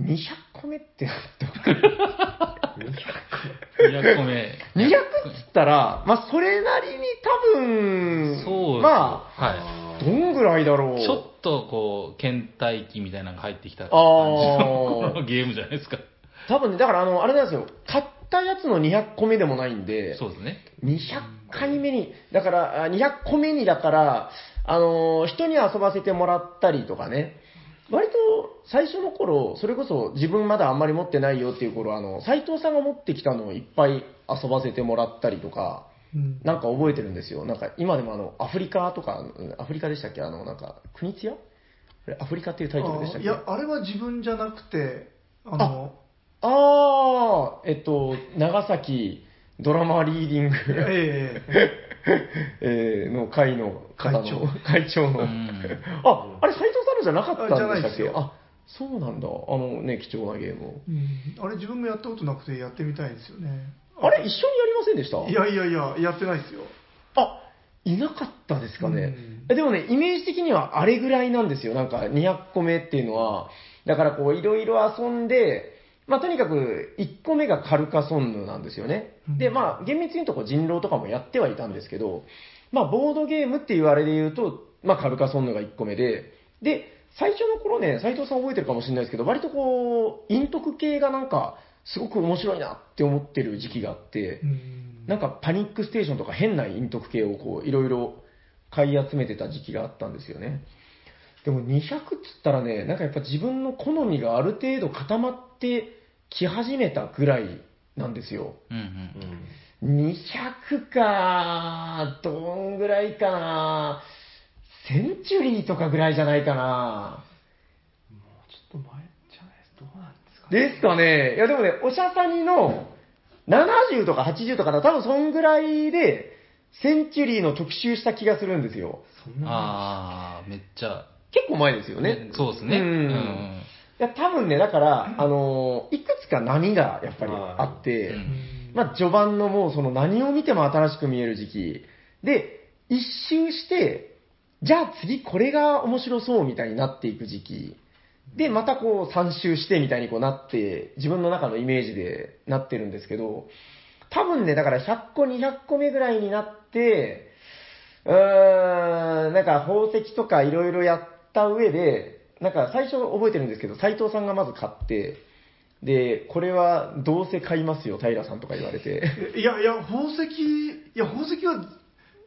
200個目ってな った。
200個
200
目。
っつったら、まあ、それなりに多分、
そう
ま
あ、は
あ、どんぐらいだろう。
い。ちょっとこう、倦怠期みたいなのが入ってきた感じ
あー
のゲームじゃないですか。
多分ね、だからあの、あれなんですよ。買ったやつの200個目でもないんで、
そうですね。
200回目に、だから、あ200個目にだから、あのー、人に遊ばせてもらったりとかね、割と最初の頃、それこそ自分まだあんまり持ってないよっていう頃、あの、斎藤さんが持ってきたのをいっぱい遊ばせてもらったりとか、
うん
なんか覚えてるんですよ。なんか今でもあの、アフリカとか、うんアフリカでしたっけあの、なんか、国津屋あれアフリカっていうタイトルでした
あ
っ
い
け
や、あれは自分じゃなくて、あの、
あー、えっと、長崎ドラマリーディング、
ええ
えーの会の方の
会長
会長の。
うん
あ、あれ斎藤さんのじゃなかったん
あ
で
じゃ
した
ない
っ
です
け
よ
あ、そうなんだ。あのね、貴重なゲームを。
うんあれ自分もやったことなくてやってみたいですよね。
あれ一緒にやりませんでした
いやいやいや、やってないですよ。
あ、いなかったですか
う
ね
ん。
えでもね、イメージ的にはあれぐらいなんですよ。なんか200個目っていうのは。だからこう、いろいろ遊んで、まあとにかく1個目がカルカソンヌなんですよね。で、
うん
まあ厳密に言うとこう人狼とかもやってはいたんですけど、まあボードゲームっていうあれで言うと、まあカルカソンヌが1個目で、で、最初の頃ね、斉藤さん覚えてるかもしれないですけど、割とこう、陰徳系がなんか、すごく面白いなって思ってる時期があって、
うん
なんかパニックステーションとか変な陰徳系をこういろいろ買い集めてた時期があったんですよね。でも200っつったらね、なんかやっぱ自分の好みがある程度固まってき始めたぐらいなんですよ。
うんうん
う。ん
200かどんぐらいかなセンチュリーとかぐらいじゃないかな。
ちょっと前じゃないです。どうなんですかね。
ですかね。いや、でもね、おしゃさにの70とか80とかだ、多分そんぐらいで、センチュリーの特集した気がするんですよ。
そんな
あー、めっちゃ、
結構前ですよね。
そうですね。
うん
うん
いや、多分ね、だから、あのーいくつか波がやっぱりあって、
うん
まあ、序盤のもうその何を見ても新しく見える時期。で、一周して、じゃあ次これが面白そうみたいになっていく時期。で、またこう3周してみたいにこうなって、自分の中のイメージでなってるんですけど、多分ね、だから100個、200個目ぐらいになって、うーん、なんか宝石とかいろいろやった上で、なんか最初覚えてるんですけど、斎藤さんがまず買って、で、これはどうせ買いますよ、平さんとか言われて。
いやいや、宝石、いや、宝石は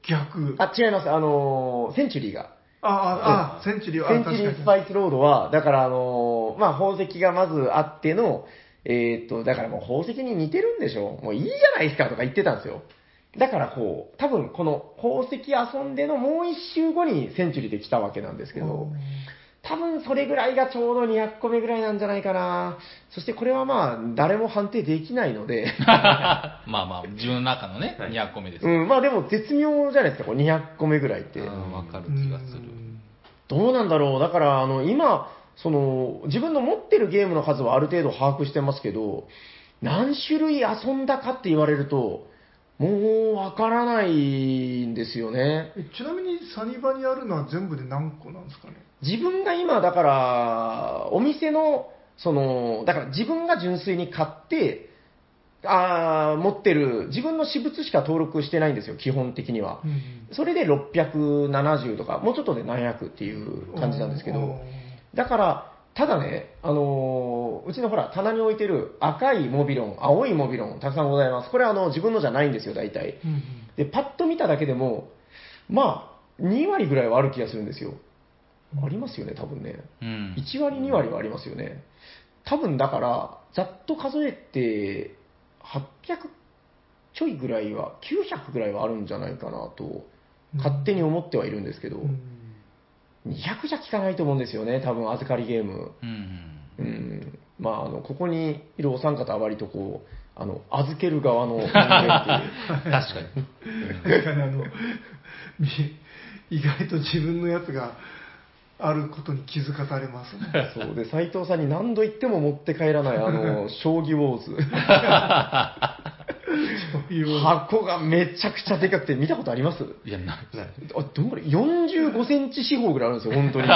逆。あ
あ、違います。あのーセンチュリーが。
あ、あ、センチュリーは、
セ
あ
ンチュリー
確
ス
か
パ
に。
イスロードは、だからあのーまあ、宝石がまずあっての、えーっと、だからもう宝石に似てるんでしょもういいじゃないですかとか言ってたんですよ。だからこう、多分この宝石遊んでのもう一周後にセンチュリーで来たわけなんですけど、多分それぐらいがちょうど200個目ぐらいなんじゃないかなそしてこれはまあ、誰も判定できないの で、
まあまあ、自分の中のね、
はい
200個目です。
うん、まあでも絶妙じゃないですか、こう200個目ぐらいって。
うんわかる気がする。
どうなんだろう、だからあの今その、自分の持ってるゲームの数はある程度把握してますけど、何種類遊んだかって言われると、もうわからないんですよね。
えちなみにサニバにあるのは全部で何個なんですかね
自分が今、だから、お店の、その、だから自分が純粋に買って、あー持ってる、自分の私物しか登録してないんですよ、基本的には。それで670とか、もうちょっとで700っていう感じなんですけ
おー
ど、だから、ただね、あのーうちのほら、棚に置いてる赤いモビロン、青いモビロン、たくさんございます。これはあの、自分のじゃないんですよ、大体。
うんうん
で、パッと見ただけでも、まあ、2割ぐらいはある気がするんですよ。ありますよね、多分ね。
うん。
1割、2割はありますよね。多分だから、ざっと数えて、800ちょいぐらいは、900ぐらいはあるんじゃないかなと、勝手に思ってはいるんですけど、
うん
200じゃ効かないと思うんですよね、多分預かりゲーム。
うん。
うんまあ、あのここにいるお三方は割とこうあの預ける側の人間っていう
確かに。
確かにあのみ意外と自分のやつがあることに気づかされます ね
そうで斉藤さんに何度言っても持って帰らないあの将棋ウォーズ
そういう
箱がめちゃくちゃでかくて見たことあります
いや、ない。
あどんぐらい45センチ四方ぐらいあるんですよ、 本当に。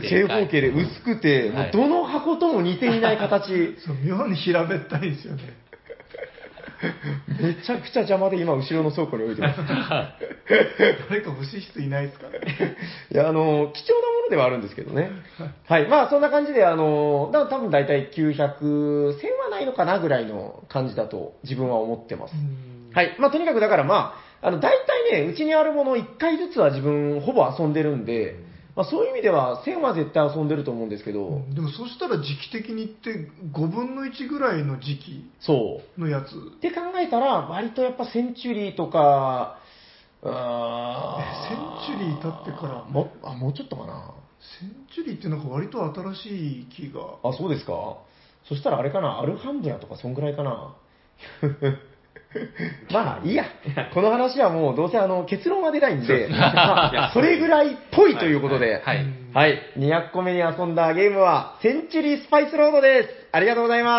で、正方形で薄くて、も
は
う
い
どの箱とも似ていない形、
そう妙に平べったいんですよね
めちゃくちゃ邪魔で今、後ろの倉庫に置いてます。
誰か欲しい人いないですか
いや、あの、貴重なものではあるんですけどね。はい。まあ、そんな感じで、あの、だ多分大体900、1000はないのかなぐらいの感じだと自分は思ってます。はい。まあ、とにかくだからまあ、あの、大体ね、うちにあるもの1回ずつは自分ほぼ遊んでるんで、まあ、そういう意味では1000は絶対遊んでると思うんですけど、
でもそしたら時期的に言って5分の1ぐらいの時期
そう。
のやつ
って考えたら、割とやっぱセンチュリーとか、あ
えセンチュリー経ってから
もあもうちょっとかな。
センチュリーってなんか割と新しい木が
あ、そうですか。そしたらあれかな、アルハンブラとかそんぐらいかな。 まあ、いいや。この話はもうどうせあの結論は出ないんで、まあそれぐらいっぽいということで、
はい。
はい、200個目に遊んだゲームは、センチュリースパイスロードです。ありがとうござい
あり
ま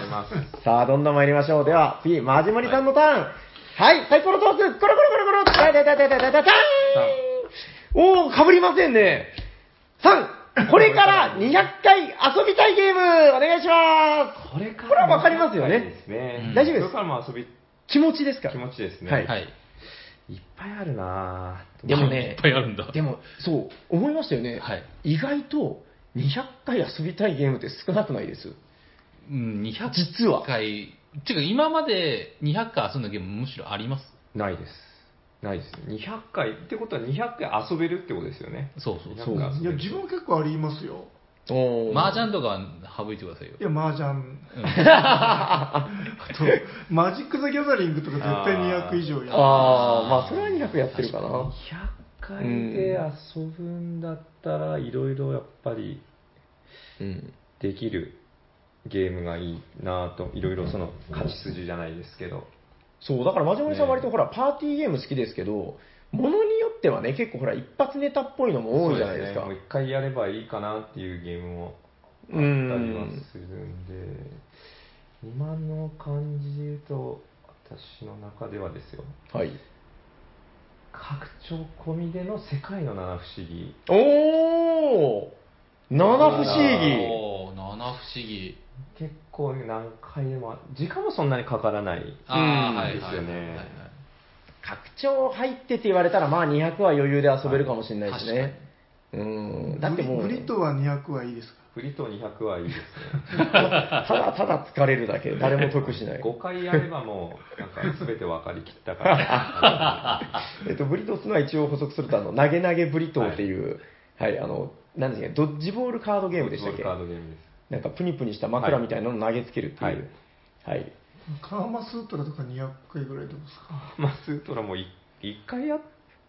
がとうございます。
す。さあ、どんどん参りましょう。では、次、マジモリさんのターン。はい、サイコロトーク、コロコロコロコロ、ダダダダダダダダーンおー、かぶりませんね。3、これから200回遊びたいゲーム、お願いします。
これから
これはわかりますよね
いいですね
うん
大丈夫です
これからも遊び
気持ちですから。
気持ちですね、
はい
はい。
いっぱいあるなぁ
でも
いっ
ね
ぱいあるんだ。
でも、そう、思いましたよね。
はい
意外と、200回遊びたいゲームって少なくないです。
うん、200
実は
回。ていうか、今まで200回遊んだゲームむしろあります。
ないですないです200回ってことは200回遊べるってことですよね
そうそう
そう
いや自分は結構ありますよ
お
麻雀とかは省いてくださいよ
い。や麻雀
うん
あとマジック・ザ・ギャザリングとか絶対200以上やる
ああ、まあ、それは200やってるかな。
200界で遊ぶんだったらいろいろやっぱり
うん。
できるゲームがいいなぁといろいろその勝ち筋じゃないですけど
そう、だから、マジモリさん
ね
割とほら、パーティーゲーム好きですけど、ものによってはね、結構ほら、一発ネタっぽいのも多いじゃないですか。
そうねもう一回やればいいかなっていうゲーム
う
もあったりは
ん。
するんで、今の感じで言うと私の中ではですよ
はい。
拡張込みでの世界の七不思議
おー七不思
おー七不思議。
結構何回でも時間もそんなにかからない
ああ、
うん
はい
です
はい
よ
は
ね
いはいはい。
議拡張入ってって言われたら、まあ200は余裕で遊べるかもしれないし
はい
ね。うん。だっても
ブ
う、
リブリトは200はいいですか
フリと200はいいです
ただただ疲れるだけ、誰も得しな
ね
い。
5回やればもうなんか全て分かりきっ たから
えっと、ブリトースのは一応補足すると、あの、投げ投げブリトーっていう、はい、あの、なんですか、ドッジボールカードゲームでしたっけ
カードゲームです
なんかプニプニした枕みたいなのを投げつけるっていう。はい。
カーマスートラとか200回ぐらいどうですか
まあスートラも1回やっ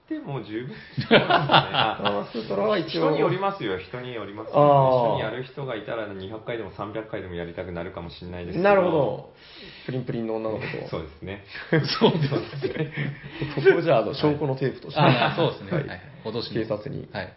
ても十分そう ですねあ
ああ、スートラは一応。
人によりますよ人によりますよ
あー
一緒にやる人がいたら200回でも300回でもやりたくなるかもしれないですけど
なるほど。プリンプリンの女の子と。
そうで すね
そうですね。
そこをじゃあ、あの、証拠のテープとして。
ああ、そうですね。
は
はいいはい。脅しの
警察に
はい。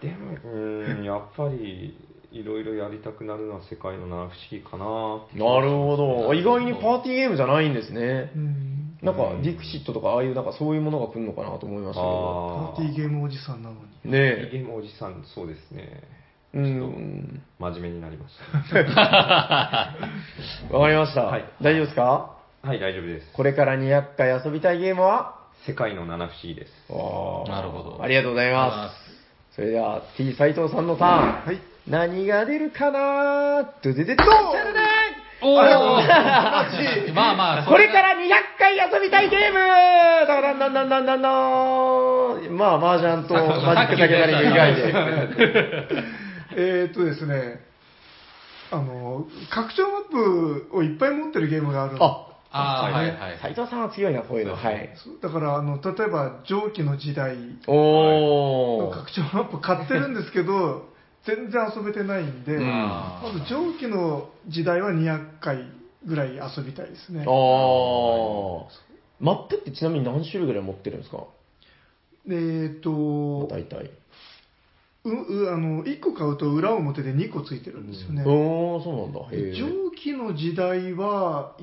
でもうーんやっぱりいろいろやりたくなるのは世界の七不思議かな
なるほど。意外にパーティーゲームじゃないんですね
う。ん
なんか、ディクシットとか、ああいう、なんかそういうものが来るのかなと思いましたけど。
パ
あ
ーティーゲームおじさんなのに
ね
パーティー
え。
ゲームおじさんそうですね
うん。
真面目になりましたね
わかりました。
はい
大丈夫ですか
はい大丈夫です
これから200回遊びたいゲームは
世界の七不思議です
おー
なるほど
ありがとうございます。それでは、T 斎藤さんのターン。
はい
何が出るかなドゥドゥドゥドゥ
お
し
ーまあまあ、
これから200回遊びたいゲームだだんだんだんだんだんだんまあ、麻雀とマジックだけなり以外で。
えーっとですね、あの、拡張マップをいっぱい持ってるゲームがある
あ、
ああ、はいはい。
斎藤さんは強いな、こういうの。はい。
そうだから、あの、例えば、蒸気の時代
お
の
ー。
拡張マップ買ってるんですけど、全然遊べてないんで、
うん
まず蒸気の時代は200回ぐらい遊びたいですね。
あー。マップってちなみに何種類ぐらい持ってるんですか
でえーっと、
大体。
ううあの1個買うと裏表で2個ついてるんですよね。
おー、そうなんだ。へー
蒸気の時代は、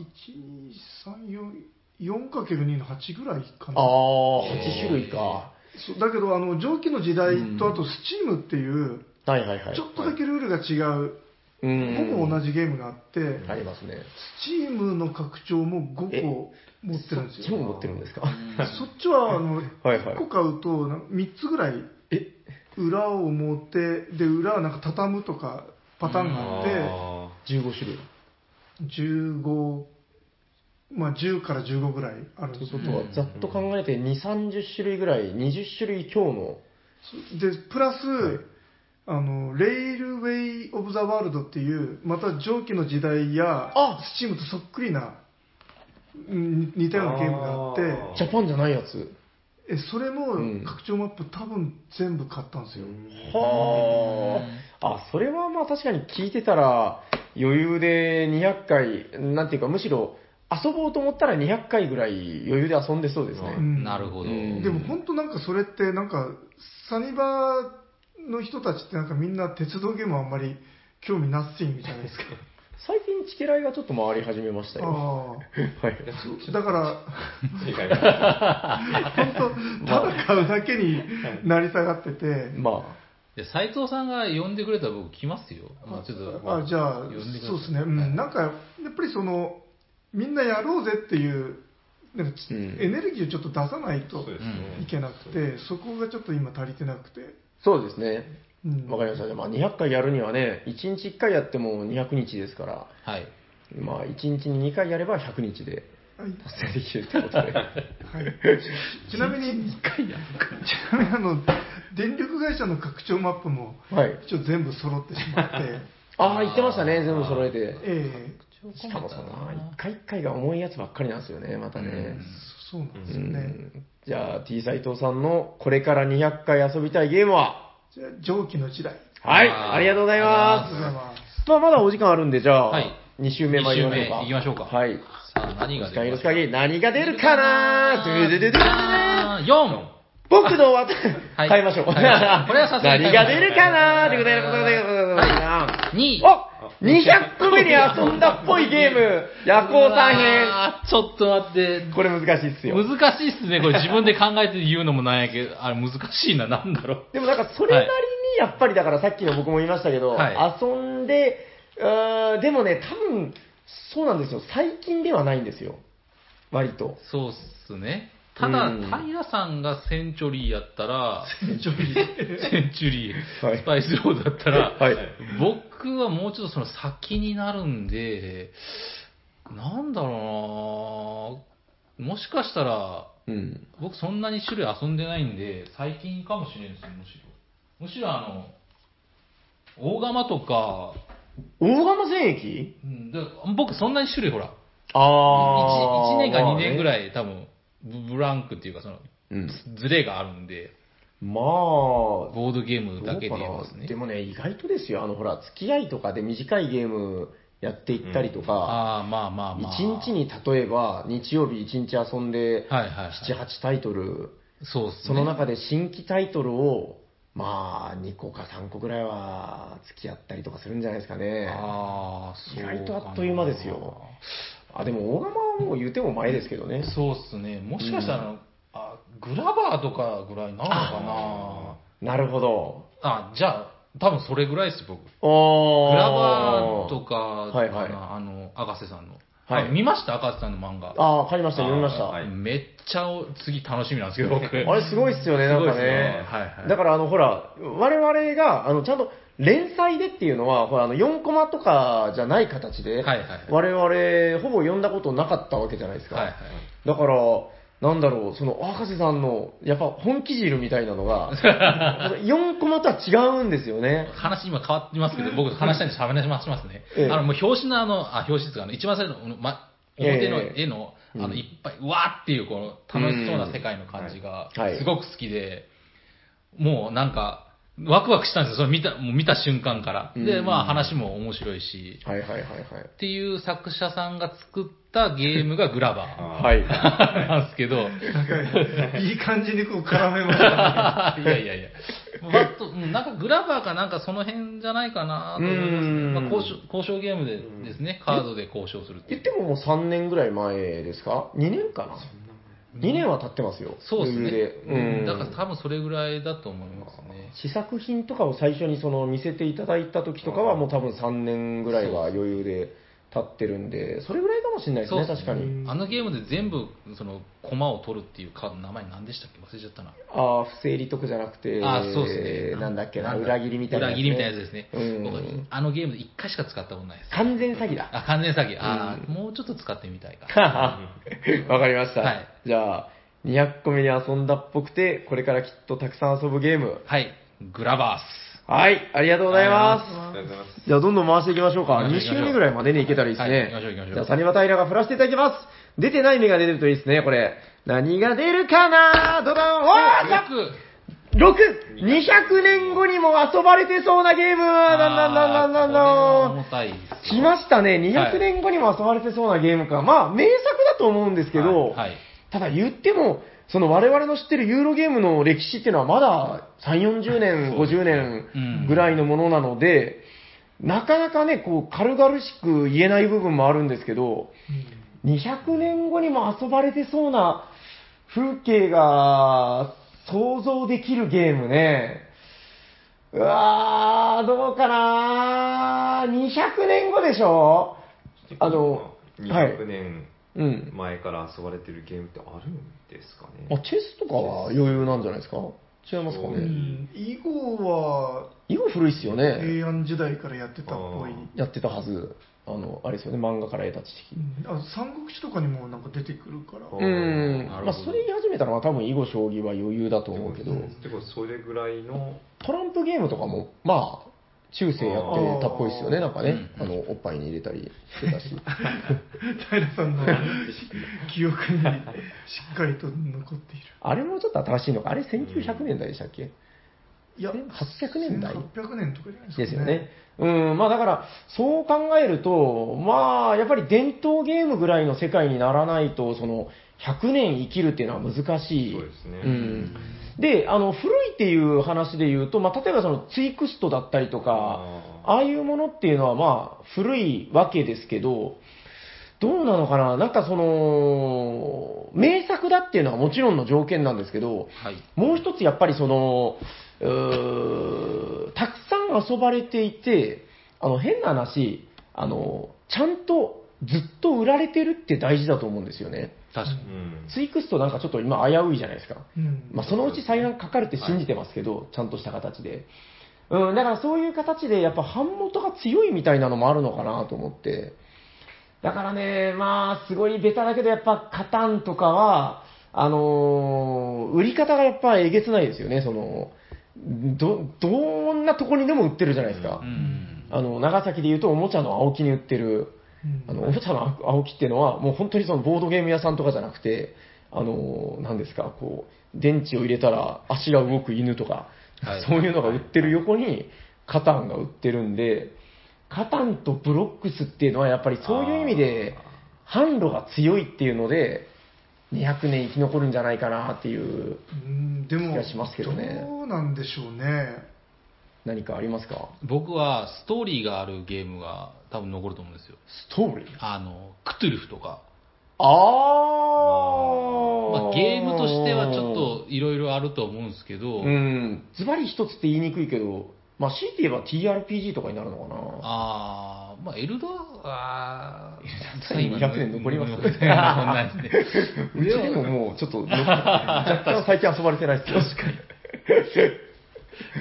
1,2,3,4,4×2 の8ぐらいかな。
あー、8種類か。
そうだけどあの蒸気の時代とあとスチームっていう、
はいはいはい。
ちょっとだけルールが違う、
うん
5個同じゲームがあって、
ありますね。
スチームの拡張も5個持ってるんです
1
よ
本持ってるんです か
そっちはあの
はい
1個買うとな3つぐらい
え
裏を持ってで裏はなんか畳むとかパターンがあっ
あ
15種類。
て15まあ10から15ぐらいあるん
とい
で
う
すよ
こ
ね
とは、ざっと考えて2、30種類ぐらい、20種類強の、
でプラス、あのレイルウェイ・オブ・ザ・ワールドっていうまた蒸気の時代や
あ
スチームとそっくりなうん似たようなゲームがあって
あ
ジャパンじゃないやつ。
えそれも
うん
拡張マップ多分全部買ったんですよ、
はあ。あ、それはまあ確かに聞いてたら、余裕で200回、なんていうか、むしろ、遊ぼうと思ったら200回ぐらい余裕で遊んでそうです
う
ね。
ん
なるほど。
うん
でも本当なんかそれってなんかサニバーの人たちってなんかみんな鉄道ゲームあんまり興味なっしんじゃないですか
最近、チケライがちょっと回り始めましたよ。
あ
はい。
あだから
ー違います
本当ただ買うだけになり下がってて、
ま
いや斉藤さんが呼んでくれたら僕来ますよ。まあちょっと。
あじゃあ
呼んでください
そうですね、うん、なんかやっぱりそのみんなやろうぜっていうなんか
う
ち
ん
エネルギーをちょっと出さないと
そうですね
いけなくてそこがちょっと今足りてなくて、
あ、そうですね。
うん
わかりました。でまあ、200回やるにはね、1日1回やっても200日ですから、
はい。
まあ、1日に2回やれば100日で
はい
達成できるってことで。
はい、ちなみにちなみにあの電力会社の拡張マップも
はい。
一応全部揃ってしまって、
ああ、言ってましたね、全部揃えて。
ええ
しかもその、一回一回が重いやつばっかりなんですよね、またね。
そうなん
う
ですよね。
んじゃあ T 斎藤さんのこれから200回遊びたいゲームは
じゃあ蒸気の時代。
はい、
あー
ありがとうございま
あり
す
がとうござい。ます。
まあ、まだお時間あるんで、じゃあ、
はい
2週目参りましょうか。
二週目行きましょうか
はい。
さあ、何
お
が
時間よろし
す
くあげ、何が出るかなででででででで
4!
僕のわた、
はい
変えましょう。
はいこれはさすがに
何が出るかなということで、
はい二
お !200 個目に遊んだっぽいゲーム、夜行さん編。
ちょっと待って。
これ難しいっすよ。
難しいっすね。これ自分で考えて言うのもなんやけど、 あれ難しいな。なんだろう。
でもなんかそれなりにやっぱりだからさっきの僕も言いましたけど、
は
遊んで、うーんでもね、多分そうなんですよ、最近ではないんですよ、割と。
そうっすね。ただ、
うん
平さんがセンチュリーやったら、
蒸気。
センチュリー、
はい
スパイスローだったら、
はい
僕はもうちょっとその先になるんで、なんだろうなもしかしたら、
うん、
僕そんなに種類遊んでないんで、最近かもしれんですよ、むしろ。むしろあの、大釜とか、
大釜戦役
うんで僕そんなに種類ほら、
あ
1,
ー。
年か2年ぐ
い。
らい多分、ブブランクっていうかその、
うん、
ズレがあるんで、
まあ、
ボードゲー
ど
ム
うか
だ
な
けで言いますね
で。もね、意外とですよ、あのほら、付き合いとかで短いゲームやっていったりとか、
ああ、まあまあ
一
まあ。
日に例えば、日曜日一日遊んで、
はいはい、はい。
7、8タイトル
そうっすね。
その中で新規タイトルを、まあ、2個か3個ぐらいは付き合ったりとかするんじゃないですかね。
ああ、そうかな。
意外とあっという間ですよあ、でも、大釜はもう言うても前ですけどね。
そうっすね。もしかしたら、あグラバーとかぐらいになるのか
なるほど。
なあじゃあ、多分それぐらいです、僕。グ
おー
ラバーとか
は
かな、
いはい
あの、赤瀬さんの。
はい
あ見ました赤瀬さんの漫画。
ああ、買いました、読みました。
あーはい
めっちゃお次楽しみなんですけど、僕。
あれすごいっすよね、なんか
すごいっす
ね
ね。はいはい
だから、あの、ほら、我々が、あの、ちゃんと、連載でっていうのは、ほら、あの、4コマとかじゃない形で、
はいはいはい
我々、ほぼ読んだことなかったわけじゃないですか。
はいはい。
だから、なんだろう、その、赤瀬さんの、やっぱ本気汁みたいなのが、4コ マとは違うんですよね。
話今変わってますけど、僕話したいんで喋りましますね。
ええ
あの、もう表紙のあの、あ、表紙ですか、あの、一番最初の、ま、表の絵の、
ええ
あ
う
の、
ん
いっぱい、うわーっていう、この、楽しそうな世界の感じが
うんはい、
すごく好きで、もうなんか、ワクワクしたんですよ、その見た、もう見た瞬間から。で、
うん
まあ話も面白いし、
はいはいはい
っていう作者さんが作ったゲームがグラバ
あー
はい。はい。
ーなんですけ ど、
なんかいい感じにこう絡めましたね。
いやいやいや。バット、うんなんかグラバーかなんかその辺じゃないかなと思いますね。
うん
まあ、交渉、交渉ゲームでですね、カードで交渉するって
言
い
っ
う。
てももう3年ぐらい前ですか ?2 年かな ?2 年は経ってますよ。
そうですね
余裕でう。
うんん。だから多分それぐらいだと思いますね。
試作品とかを最初にその見せていただいた時とかはもう多分3年ぐらいは余裕で経ってるんで、それぐらいかもしれないですね、
そう
確かに。
あのゲームで全部、その、駒を取るっていうカードの名前何でしたっけ忘れちゃったな。
ああ、不正利得じゃなくて、
あーそうですね。
なんだっけな、裏切りみたいな
裏切りみたいなやつですね。
うん
僕、あのゲームで1回しか使ったことないです。
完全詐欺だ。
あ、完全詐欺。あー、もうちょっと使ってみたい か。
わかりました。
はい
じゃあ、200個目に遊んだっぽくて、これからきっとたくさん遊ぶゲーム。
はい。グラバー
はい、ありがとうござい
あ
ま
りがとうございます。
す。じゃあ、どんどん回していきましょうか。
回
2
していきましょう
周目ぐらいまでにいけたらいいですね。
はい行きましょう行きましょう
じゃあ、サニバタイラが振らせていただきます。出てない芽が出るといいですね、これ。何が出るかなドダン
ス。
わ
よく、
ー !6!200 年後にも遊ばれてそうなゲームだんだんだんだんだんだん
あーこれは重たいですよ
来ましたね。
は
200
い
年後にも遊ばれてそうなゲームか。まあ、名作だと思うんですけど、
はいはい
ただ言っても、その我々の知ってるユーロゲームの歴史っていうのはまだ3、40年、50年ぐらいのものなので、なかなかね、こう、軽々しく言えない部分もあるんですけど、200年後にも遊ばれてそうな風景が想像できるゲームね。うわー、どうかなー。200年後でしょあの、はい
200。年
うん。
前から遊ばれてるゲームってあるんですか
あ、
ね。
チェスとかは余裕なんじゃないですか違いますか
う
う
ね。
ん以後は
今古いっすよね。
平安時代からやってたっぽい。
やってたはず。あの、あれですよね、漫画から得た知識
う。んあ三国志とかにもなんか出てくるから。
あ
う
ー
ん。
なるほど
まあ、それ言い始めたのは多分囲碁将棋は余裕だと思うけど、
でもそれぐらいの、
トランプゲームとかも、まあ、中世やってたっぽいですよね、なんかね、
うん
あの、おっぱいに入れたりしてた し。
平さんの記憶にしっかりと残っている。
あれもちょっと新しいのか、あれ1900年代でしたっけ、
いや、
1800年代
?800 年とかじゃないですか、
ですよね。。うん、まあだから、そう考えると、まあ、やっぱり伝統ゲームぐらいの世界にならないと、その、100年生きるっていうのは難しい。
そうですね
ん。で、あの、古いっていう話で言うと、まあ、例えばその、ツイクストだったりとか、ああいうものっていうのは、まあ、古いわけですけど、どうなのかななんかその、名作だっていうのはもちろんの条件なんですけど、
はい。
もう一つやっぱりその、うーたくさん遊ばれていて、あの、変な話、あの、ちゃんとずっと売られてるって大事だと思うんですよね。
確かに
う。ん
ツイクストなんかちょっと今危ういじゃないですか。
うん。
まあ、そのうち再販かかるって信じてますけど、ちゃんとした形で。うん、だからそういう形で、やっぱ版元が強いみたいなのもあるのかなと思って。だからね、まあ、すごいベタだけど、やっぱ、カタンとかは、あのー売り方がやっぱえげつないですよね、その、ど、どんなとこにでも売ってるじゃないですか。
うん。
あの、長崎で言うと、おもちゃの青木に売ってる、
うん
あの、おもちゃの青木っていうのは、もう本当にそのボードゲーム屋さんとかじゃなくて、あの、何ですか、こう、電池を入れたら足が動く犬とか、
はい
そういうのが売ってる横に、カタンが売ってるんで、カタンとブロックスっていうのはやっぱりそういう意味で、販路が強いっていうので、200年生き残るんじゃないかなっていう、
うん、でも、
気がしますけどね
うなんでしょうね。
何かありますか
僕はストーリーがあるゲームが多分残ると思うんですよ。
ストーリー
あの、クトゥルフとか。
あー、
まあ、ゲームとしてはちょっといろいろあると思うんですけ
う
ど、
ん、ズバリ一つって言いにくいけど、まあ、強いて言えば TRPG とかになるのかな。
あーまあ、エルドア、あ
エルドア200年残りますよ
ね。こんなにね。
うちでももうちょっとの、若干最近遊ばれてないですけど。確か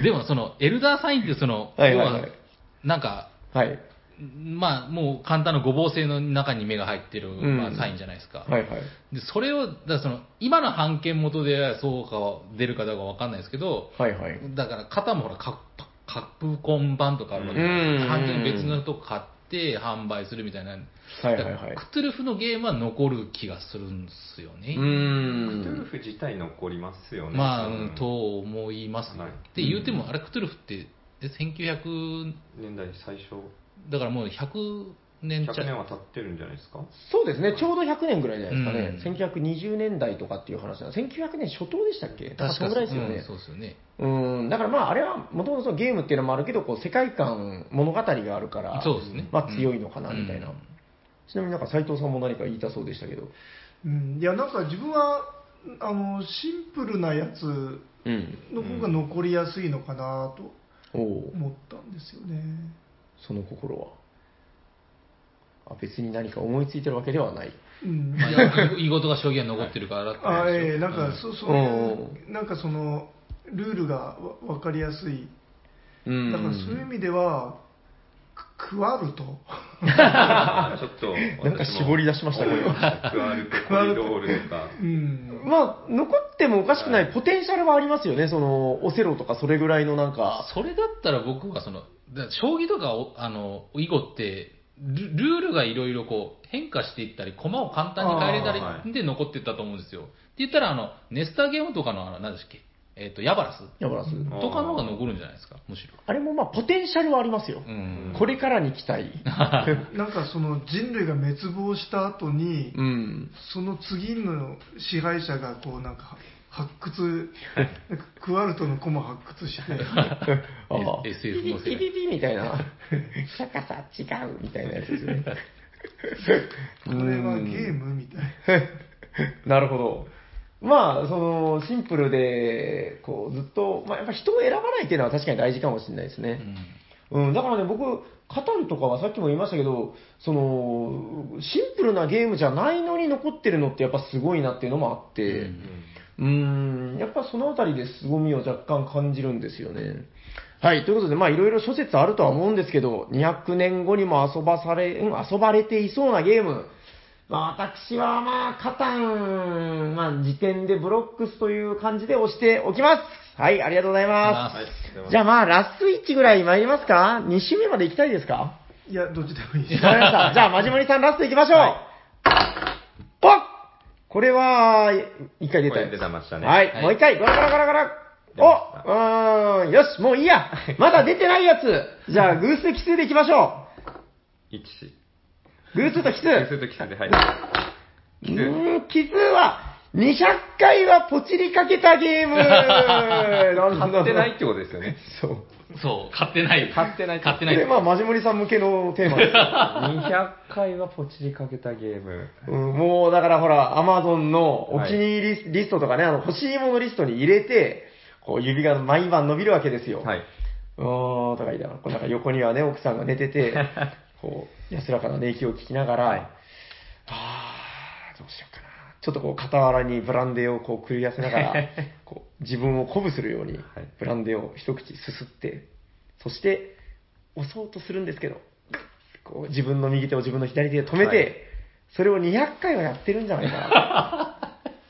でも、その、エルダーサインって、その、
はいはいはい
要は、なんか、
に。はい。
まあ、もう簡単なごぼう性の中に目が入ってる、
うん
まあ、サインじゃないですか。
はいはい。
でそれを、だからその、今の判件元でそうかは出るかどうかわかんないですけど、
はいはい。
だから型もほらカップカップコン版とかあるわけじゃないですか
うん
完全に別のとこ買って販売するみたいな、
はいはいはい
だからクトゥルフのゲームは残る気がするんですよ
う
ね、
ー
クトゥル
ん。
フ自体残りますよね。
まあ、
多分
うんと思いますね、
はい
で言うてもあれクトゥルフってえ1900
年代最初、
だからもう100年ち
100
ゃ
年は経ってるんじゃないですか
そうですね、ちょうど100年ぐらいじゃないですか
う
ね。1920年代とかっていう話なの。1900年初頭でしたっけ
確
そのぐらいですよね。
うんそうですよね
うん、だからまああれはもともとゲームっていうのもあるけど、こう世界観、物語があるから、
そうですね
まあ強いのかなみたいな。
うん
ちなみになんか斉藤さんも何か言いたそうでしたけど。
うん、いや、なんか自分は、あの、シンプルなやつ
うん。
の方が残りやすいのかなと
おお、
思ったんですよね。
その心は。あ、別に何か思いついてるわけではない。
うん。
まあいや言い事が将棋が残ってるからってこと
あ
でしょ
ええなん
う
か、
ん
そそううなんかそのルールがわ分かりやすい、
うん。
だからそういう意味では、くクワルト、
あーちょっと私も、
なんか絞り出しましたこれは
クアルトコリドールとか。
うん、
まあ、残ってもおかしくない、ポテンシャルはありますよね、その、オセロとかそれぐらいのなんか、
それだったら僕はその、だ将棋とかお、あの、囲碁って、ルルールがいろいろこう変化していったり、駒を簡単に変えれた
あーは
りで残っていったと思うんですよ。って言ったら、あの、ネスターゲームとかの、あの、何でしたっけえっ、と、ヤバラス
ヤバラス。
とかの方が残るんじゃないですか、むしろ。
あれもまあ、ポテンシャルはありますよ
う。ん。
これからに期待。
なんかその人類が滅亡した後に、
うん。
その次の支配者がこうなんか発掘、なんかクワルトの駒発掘して、
ああ
SF の世界
ピピピピみたいな。 高さ違うみたいなやつです ね。
これはゲームみたい な。
なるほど。まあ、その、シンプルで、こう、ずっと、まあ、やっぱ人を選ばないっていうのは確かに大事かもしれないです
う
ね。
ん
うん、だからね、僕、カタンとかはさっきも言いましたけど、その、シンプルなゲームじゃないのに残ってるのってやっぱすごいなっていうのもあって、うーん、やっぱそのあたりで凄みを若干感じるんですよね。はい、ということで、まあいろいろ諸説あるとは思うんですけど、200年後にも遊ばされ、うん遊ばれていそうなゲーム。まあ私はまあ、カタン、まあ時点でブロックスという感じで押しておきますはい、ありがとうございます。
はい。
じゃあまあ、ラスイッチぐらい参りますか ?2 周目まで行きたいですか
いや、どっちで もいいで
わ
す。
かりました。じゃあ、まじもりさんラスト行きましょう。ポッこれは、一回出た
こ
や
れ
つ
出てましたね。。
はいい、
はい
もう一回、ゴラゴラゴラゴラ。
出まし
お、うーん、よし、もういいや。まだ出てないやつ。じゃあ、偶数奇数でいきましょ
一。
う。偶数と奇数。
そうするときつで、はい。
うーん、奇数は、200回はポチりかけたゲー ム買
買ってないってことですよね。
そう。
そう、買ってない。買ってない。買っ
こ
てない。
れ、まあ、まじもりさん向けのテーマです。
200回はポチりかけたゲーム。
うん、もうだからほら、アマゾンのお気に入りリストとかね、あの欲しいものリストに入れて、こう指が毎晩伸びるわけですよ。
はい。
うーん、とか言いながら、こうなんか横にはね、奥さんが寝て て、こう、安らかな寝息を聞きながら、あー、どうしようかな。ちょっとこう、傍らにブランデーをこう、くり出せなが ら、こう、自分を鼓舞するように、ブランデーを一口すすって、そして、押そうとするんですけど、こう、自分の右手を自分の左手で止めて、
はい
それを200回はやってるんじゃないかな。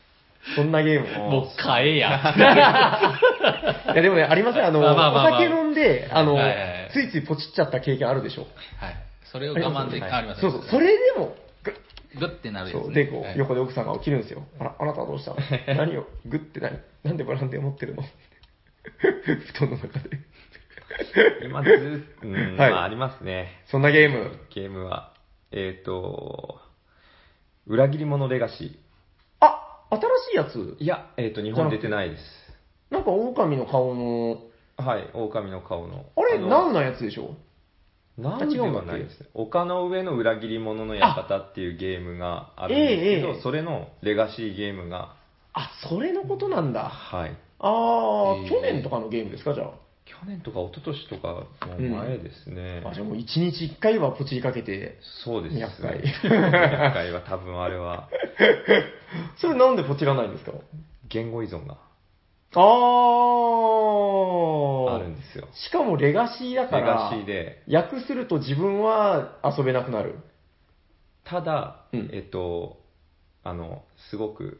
そんなゲームを。
もう買えや。
いやでもね、ありません。あの、
まあまあまあまあ
お酒飲んで、あの、
はいはいはい
ついついポチっちゃった経験あるでしょ。
はい。それを我慢でき、あります
そ
ね
うそう、それでも、グ
グッてなる
ッ
やつ
そ
ね。
う、で、こ
は
う、
い
横で奥さんが起きるんですよ。あら、あなたはどうしたの何を、グッて何なんでブランデー持ってるの 布団の中で。
今ずーっと、うん、ま
はい
あありますね。
そんなゲーム。
ゲームは。えっと、裏切り者レガシ
あ、新しいやつ
ー。いや、えっと、日本出てないです。
なんか狼の顔の、
はい、狼の顔の。
あれ、
の
ナウなやつでしょ
な
あ
ん
違
で
うんだっ
は
け
ないですね。丘の上の裏切り者の館っていうゲームがあるんですけ
ええ
ど、
ええ
それのレガシーゲームが、
あ、それのことなんだ。
はい。
あ
え
ー、
ー
去年とかのゲームですか、じゃあ。
去年とか一昨年とかの前ですね。
あ、じゃあもう一日一回はポチりかけて、
そうですね。
200回
200回は多分あれは、
それなんでポチらないんですか
言語依存が
あー。
あるんですよ。
しかもレガシー だか
レ
ら
ガ、シーで。
訳すると自分は遊べなくなる。
ただ、
うん
えっと、あの、すごく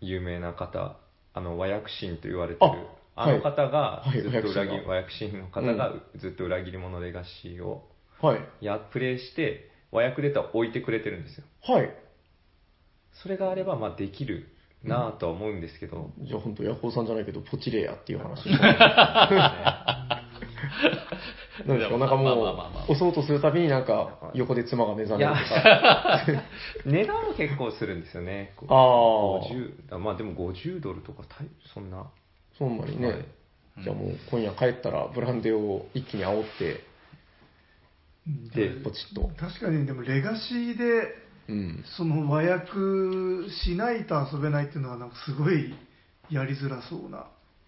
有名な方、あの、和訳神と言われてる、
あ
あ
はい
の方が、
はい
ずっと裏切り、
和
和訳神の方が
う
ずっと裏切り者レガシーを
はい。
やプレイして和訳データを置いてくれてるんですよ
はい。
それがあればまあできるなぁとは思うんですけど、
じゃあ本当ヤホーさんじゃないけど、ポチレやっていう話。なんですかなんか
まあまあまあま
も
あ
う、押そうとするたびになんか、横で妻が目覚
い
める
や
とか。
値段も結構するんですよねこう
あー
50まあでも50ドルとか大そんな
そんなに
はい
ね。じゃあもう今夜帰ったらブランデーを一気に煽って、
で
ポチッと。
確かに、でもレガシーで、
うん。
その和訳しないと遊べないっていうのは、なんかすごいやりづらそうな。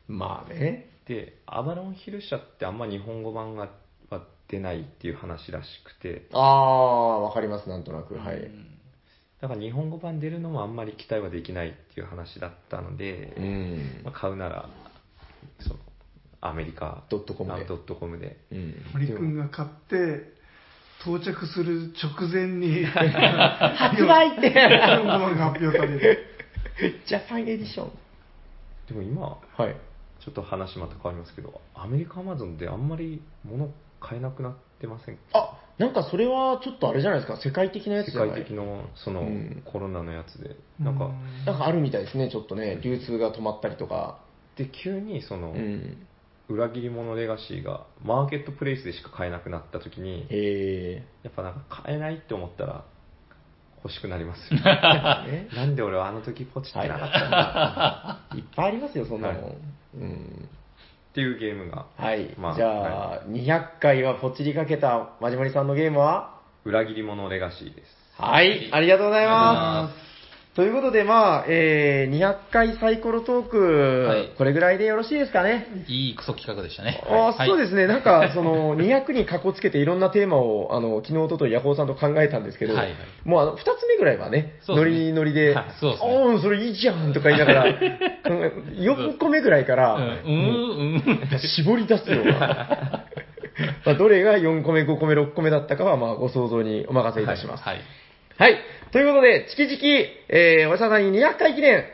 まあね。
でアバロンヒル社ってあんま日本語版がは出ないっていう話らしくて
ああ、わかります、なんとなく。は
う
い。
ん
だから日本語版出るのもあんまり期待はできないっていう話だったので、
うん
ま。あ、買うならそのアメリカ
ドットコムで
あドットコムで
うん。
森君が買って、到着する直前に、
発売って。
日本語版が発表される。
ジャパンエディション。
でも今
はい。
ちょっと話また変わりますけどアメリカアマゾンであんまり物買えなくなってませんか
あ、なんかそれはちょっとあれじゃないですか、世界的なやつ
世
じゃ
界
ない
的のその
うん
コロナのやつで、なんか
なんかあるみたいですね、ちょっとね、流通が止まったりとか。
で急にそうの
ん。
裏切り者レガシーがマーケットプレイスでしか買えなくなった時に
へ
やっぱなんか買えないって思ったら欲しくなりますよね
え。
なんで俺はあの時ポチってなかったんだ、
いっぱいありますよ、そんなの。
は
うん。
っていうゲームが
はい。
まあ
じゃあ、200回はポチりかけたまじまりさんのゲームは
裏切り者レガシーです
はい。ありがとうござい
ありがとうございま
ます。ということで、まあ、えー、200回サイコロトーク、
はい
これぐらいでよろしいですかね。
いいクソ企画でしたね。
あ
はい
そうですね、なん か、その、200にかこつけていろんなテーマを、あの、昨日、おととい、ヤホーさんと考えたんですけど、
はいはい
もう、あの、2つ目ぐらいはね、
そう
ノ
ですね
リノリで、
はいそうですね
おーそれいいじゃんとか言いなが ら、4個目ぐらいから、
うん、うん、うん。
絞り出すよう な。まあどれが4個目、5個目、6個目だったかは、まあ、ご想像にお任せいたします。
はい。
はい。ということで、チキチキ、えー、おしゃさんに200回記念、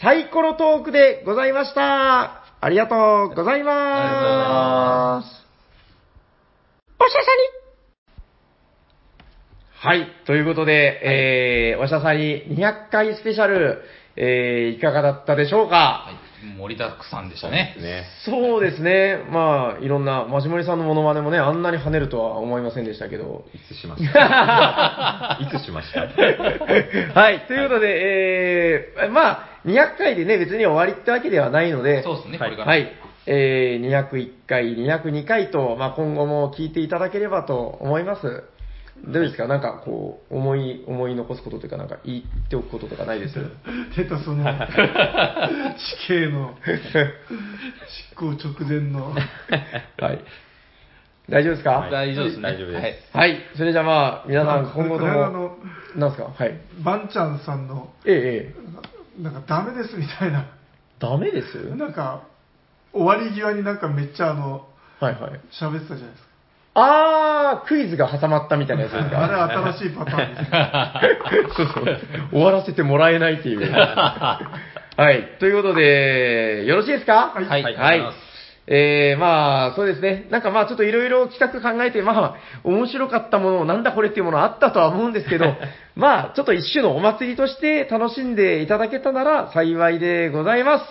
サイコロトークでございました。あありがとうございます。おしゃさにはい、ということで、えー、おしゃさに200回スペシャル、えー、いかがだったでしょうか、
はい、盛りだくさんでしたね。
ね。
そうですね、まあ、いろんな、まじもりさんのモノマネもね、あんなに跳ねるとは思いませんでしたけど。
いつしましたいつしました
はい、ということで、えー、まあ、200回でね、別に終わりってわけではないので、
そうですねこれから
はい、えー、201回、202回と、まあ、今後も聞いていただければと思います。どうですかなんか、こう、思い、思い残すことというか、なんか言っておくこととかない です
出たその死刑の執行直前の
はい。大丈夫ですかはい。
大丈夫ですね。
大丈夫です
はい
それじゃあまあ、皆さん、
こ
今
れ
後と
これはあ
も
の、
なんですかはい。
バンちゃんさんの
ええ、ええ。
なんかダメですみたいな
ダメです
なんか終わり際になんかめっちゃあの
はいはい。
喋ってたじゃないですか
あー、クイズが挟まったみたいなやつですか
あれ新しいパターンですね
そうそう 終わらせてもらえないっていう。はい。ということで、よろしいですか
はい
はい
は
あ
い
りがとうございます。
えー、まあ、そうですね。なんかまあ、ちょっといろいろ企画考えて、まあ、面白かったもの、なんだこれっていうものあったとは思うんですけ ど、まあ、ちょっと一種のお祭りとして楽しんでいただけたなら幸いでございます。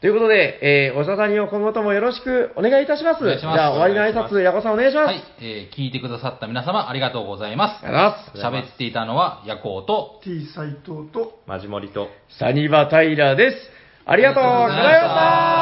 ということで、えー、おしゃさにを今後ともよろしくお願いいたします。
お願いします
じゃあ、終わりの挨拶、矢子さんお願いします。
はい、えー聞いてくださった皆様ありがとうございま
ありがとうご
す。
ざいます。
喋っていたのは夜行と、
T 斎藤と
マジモリと。
サニバタイラです。ありがとうございました。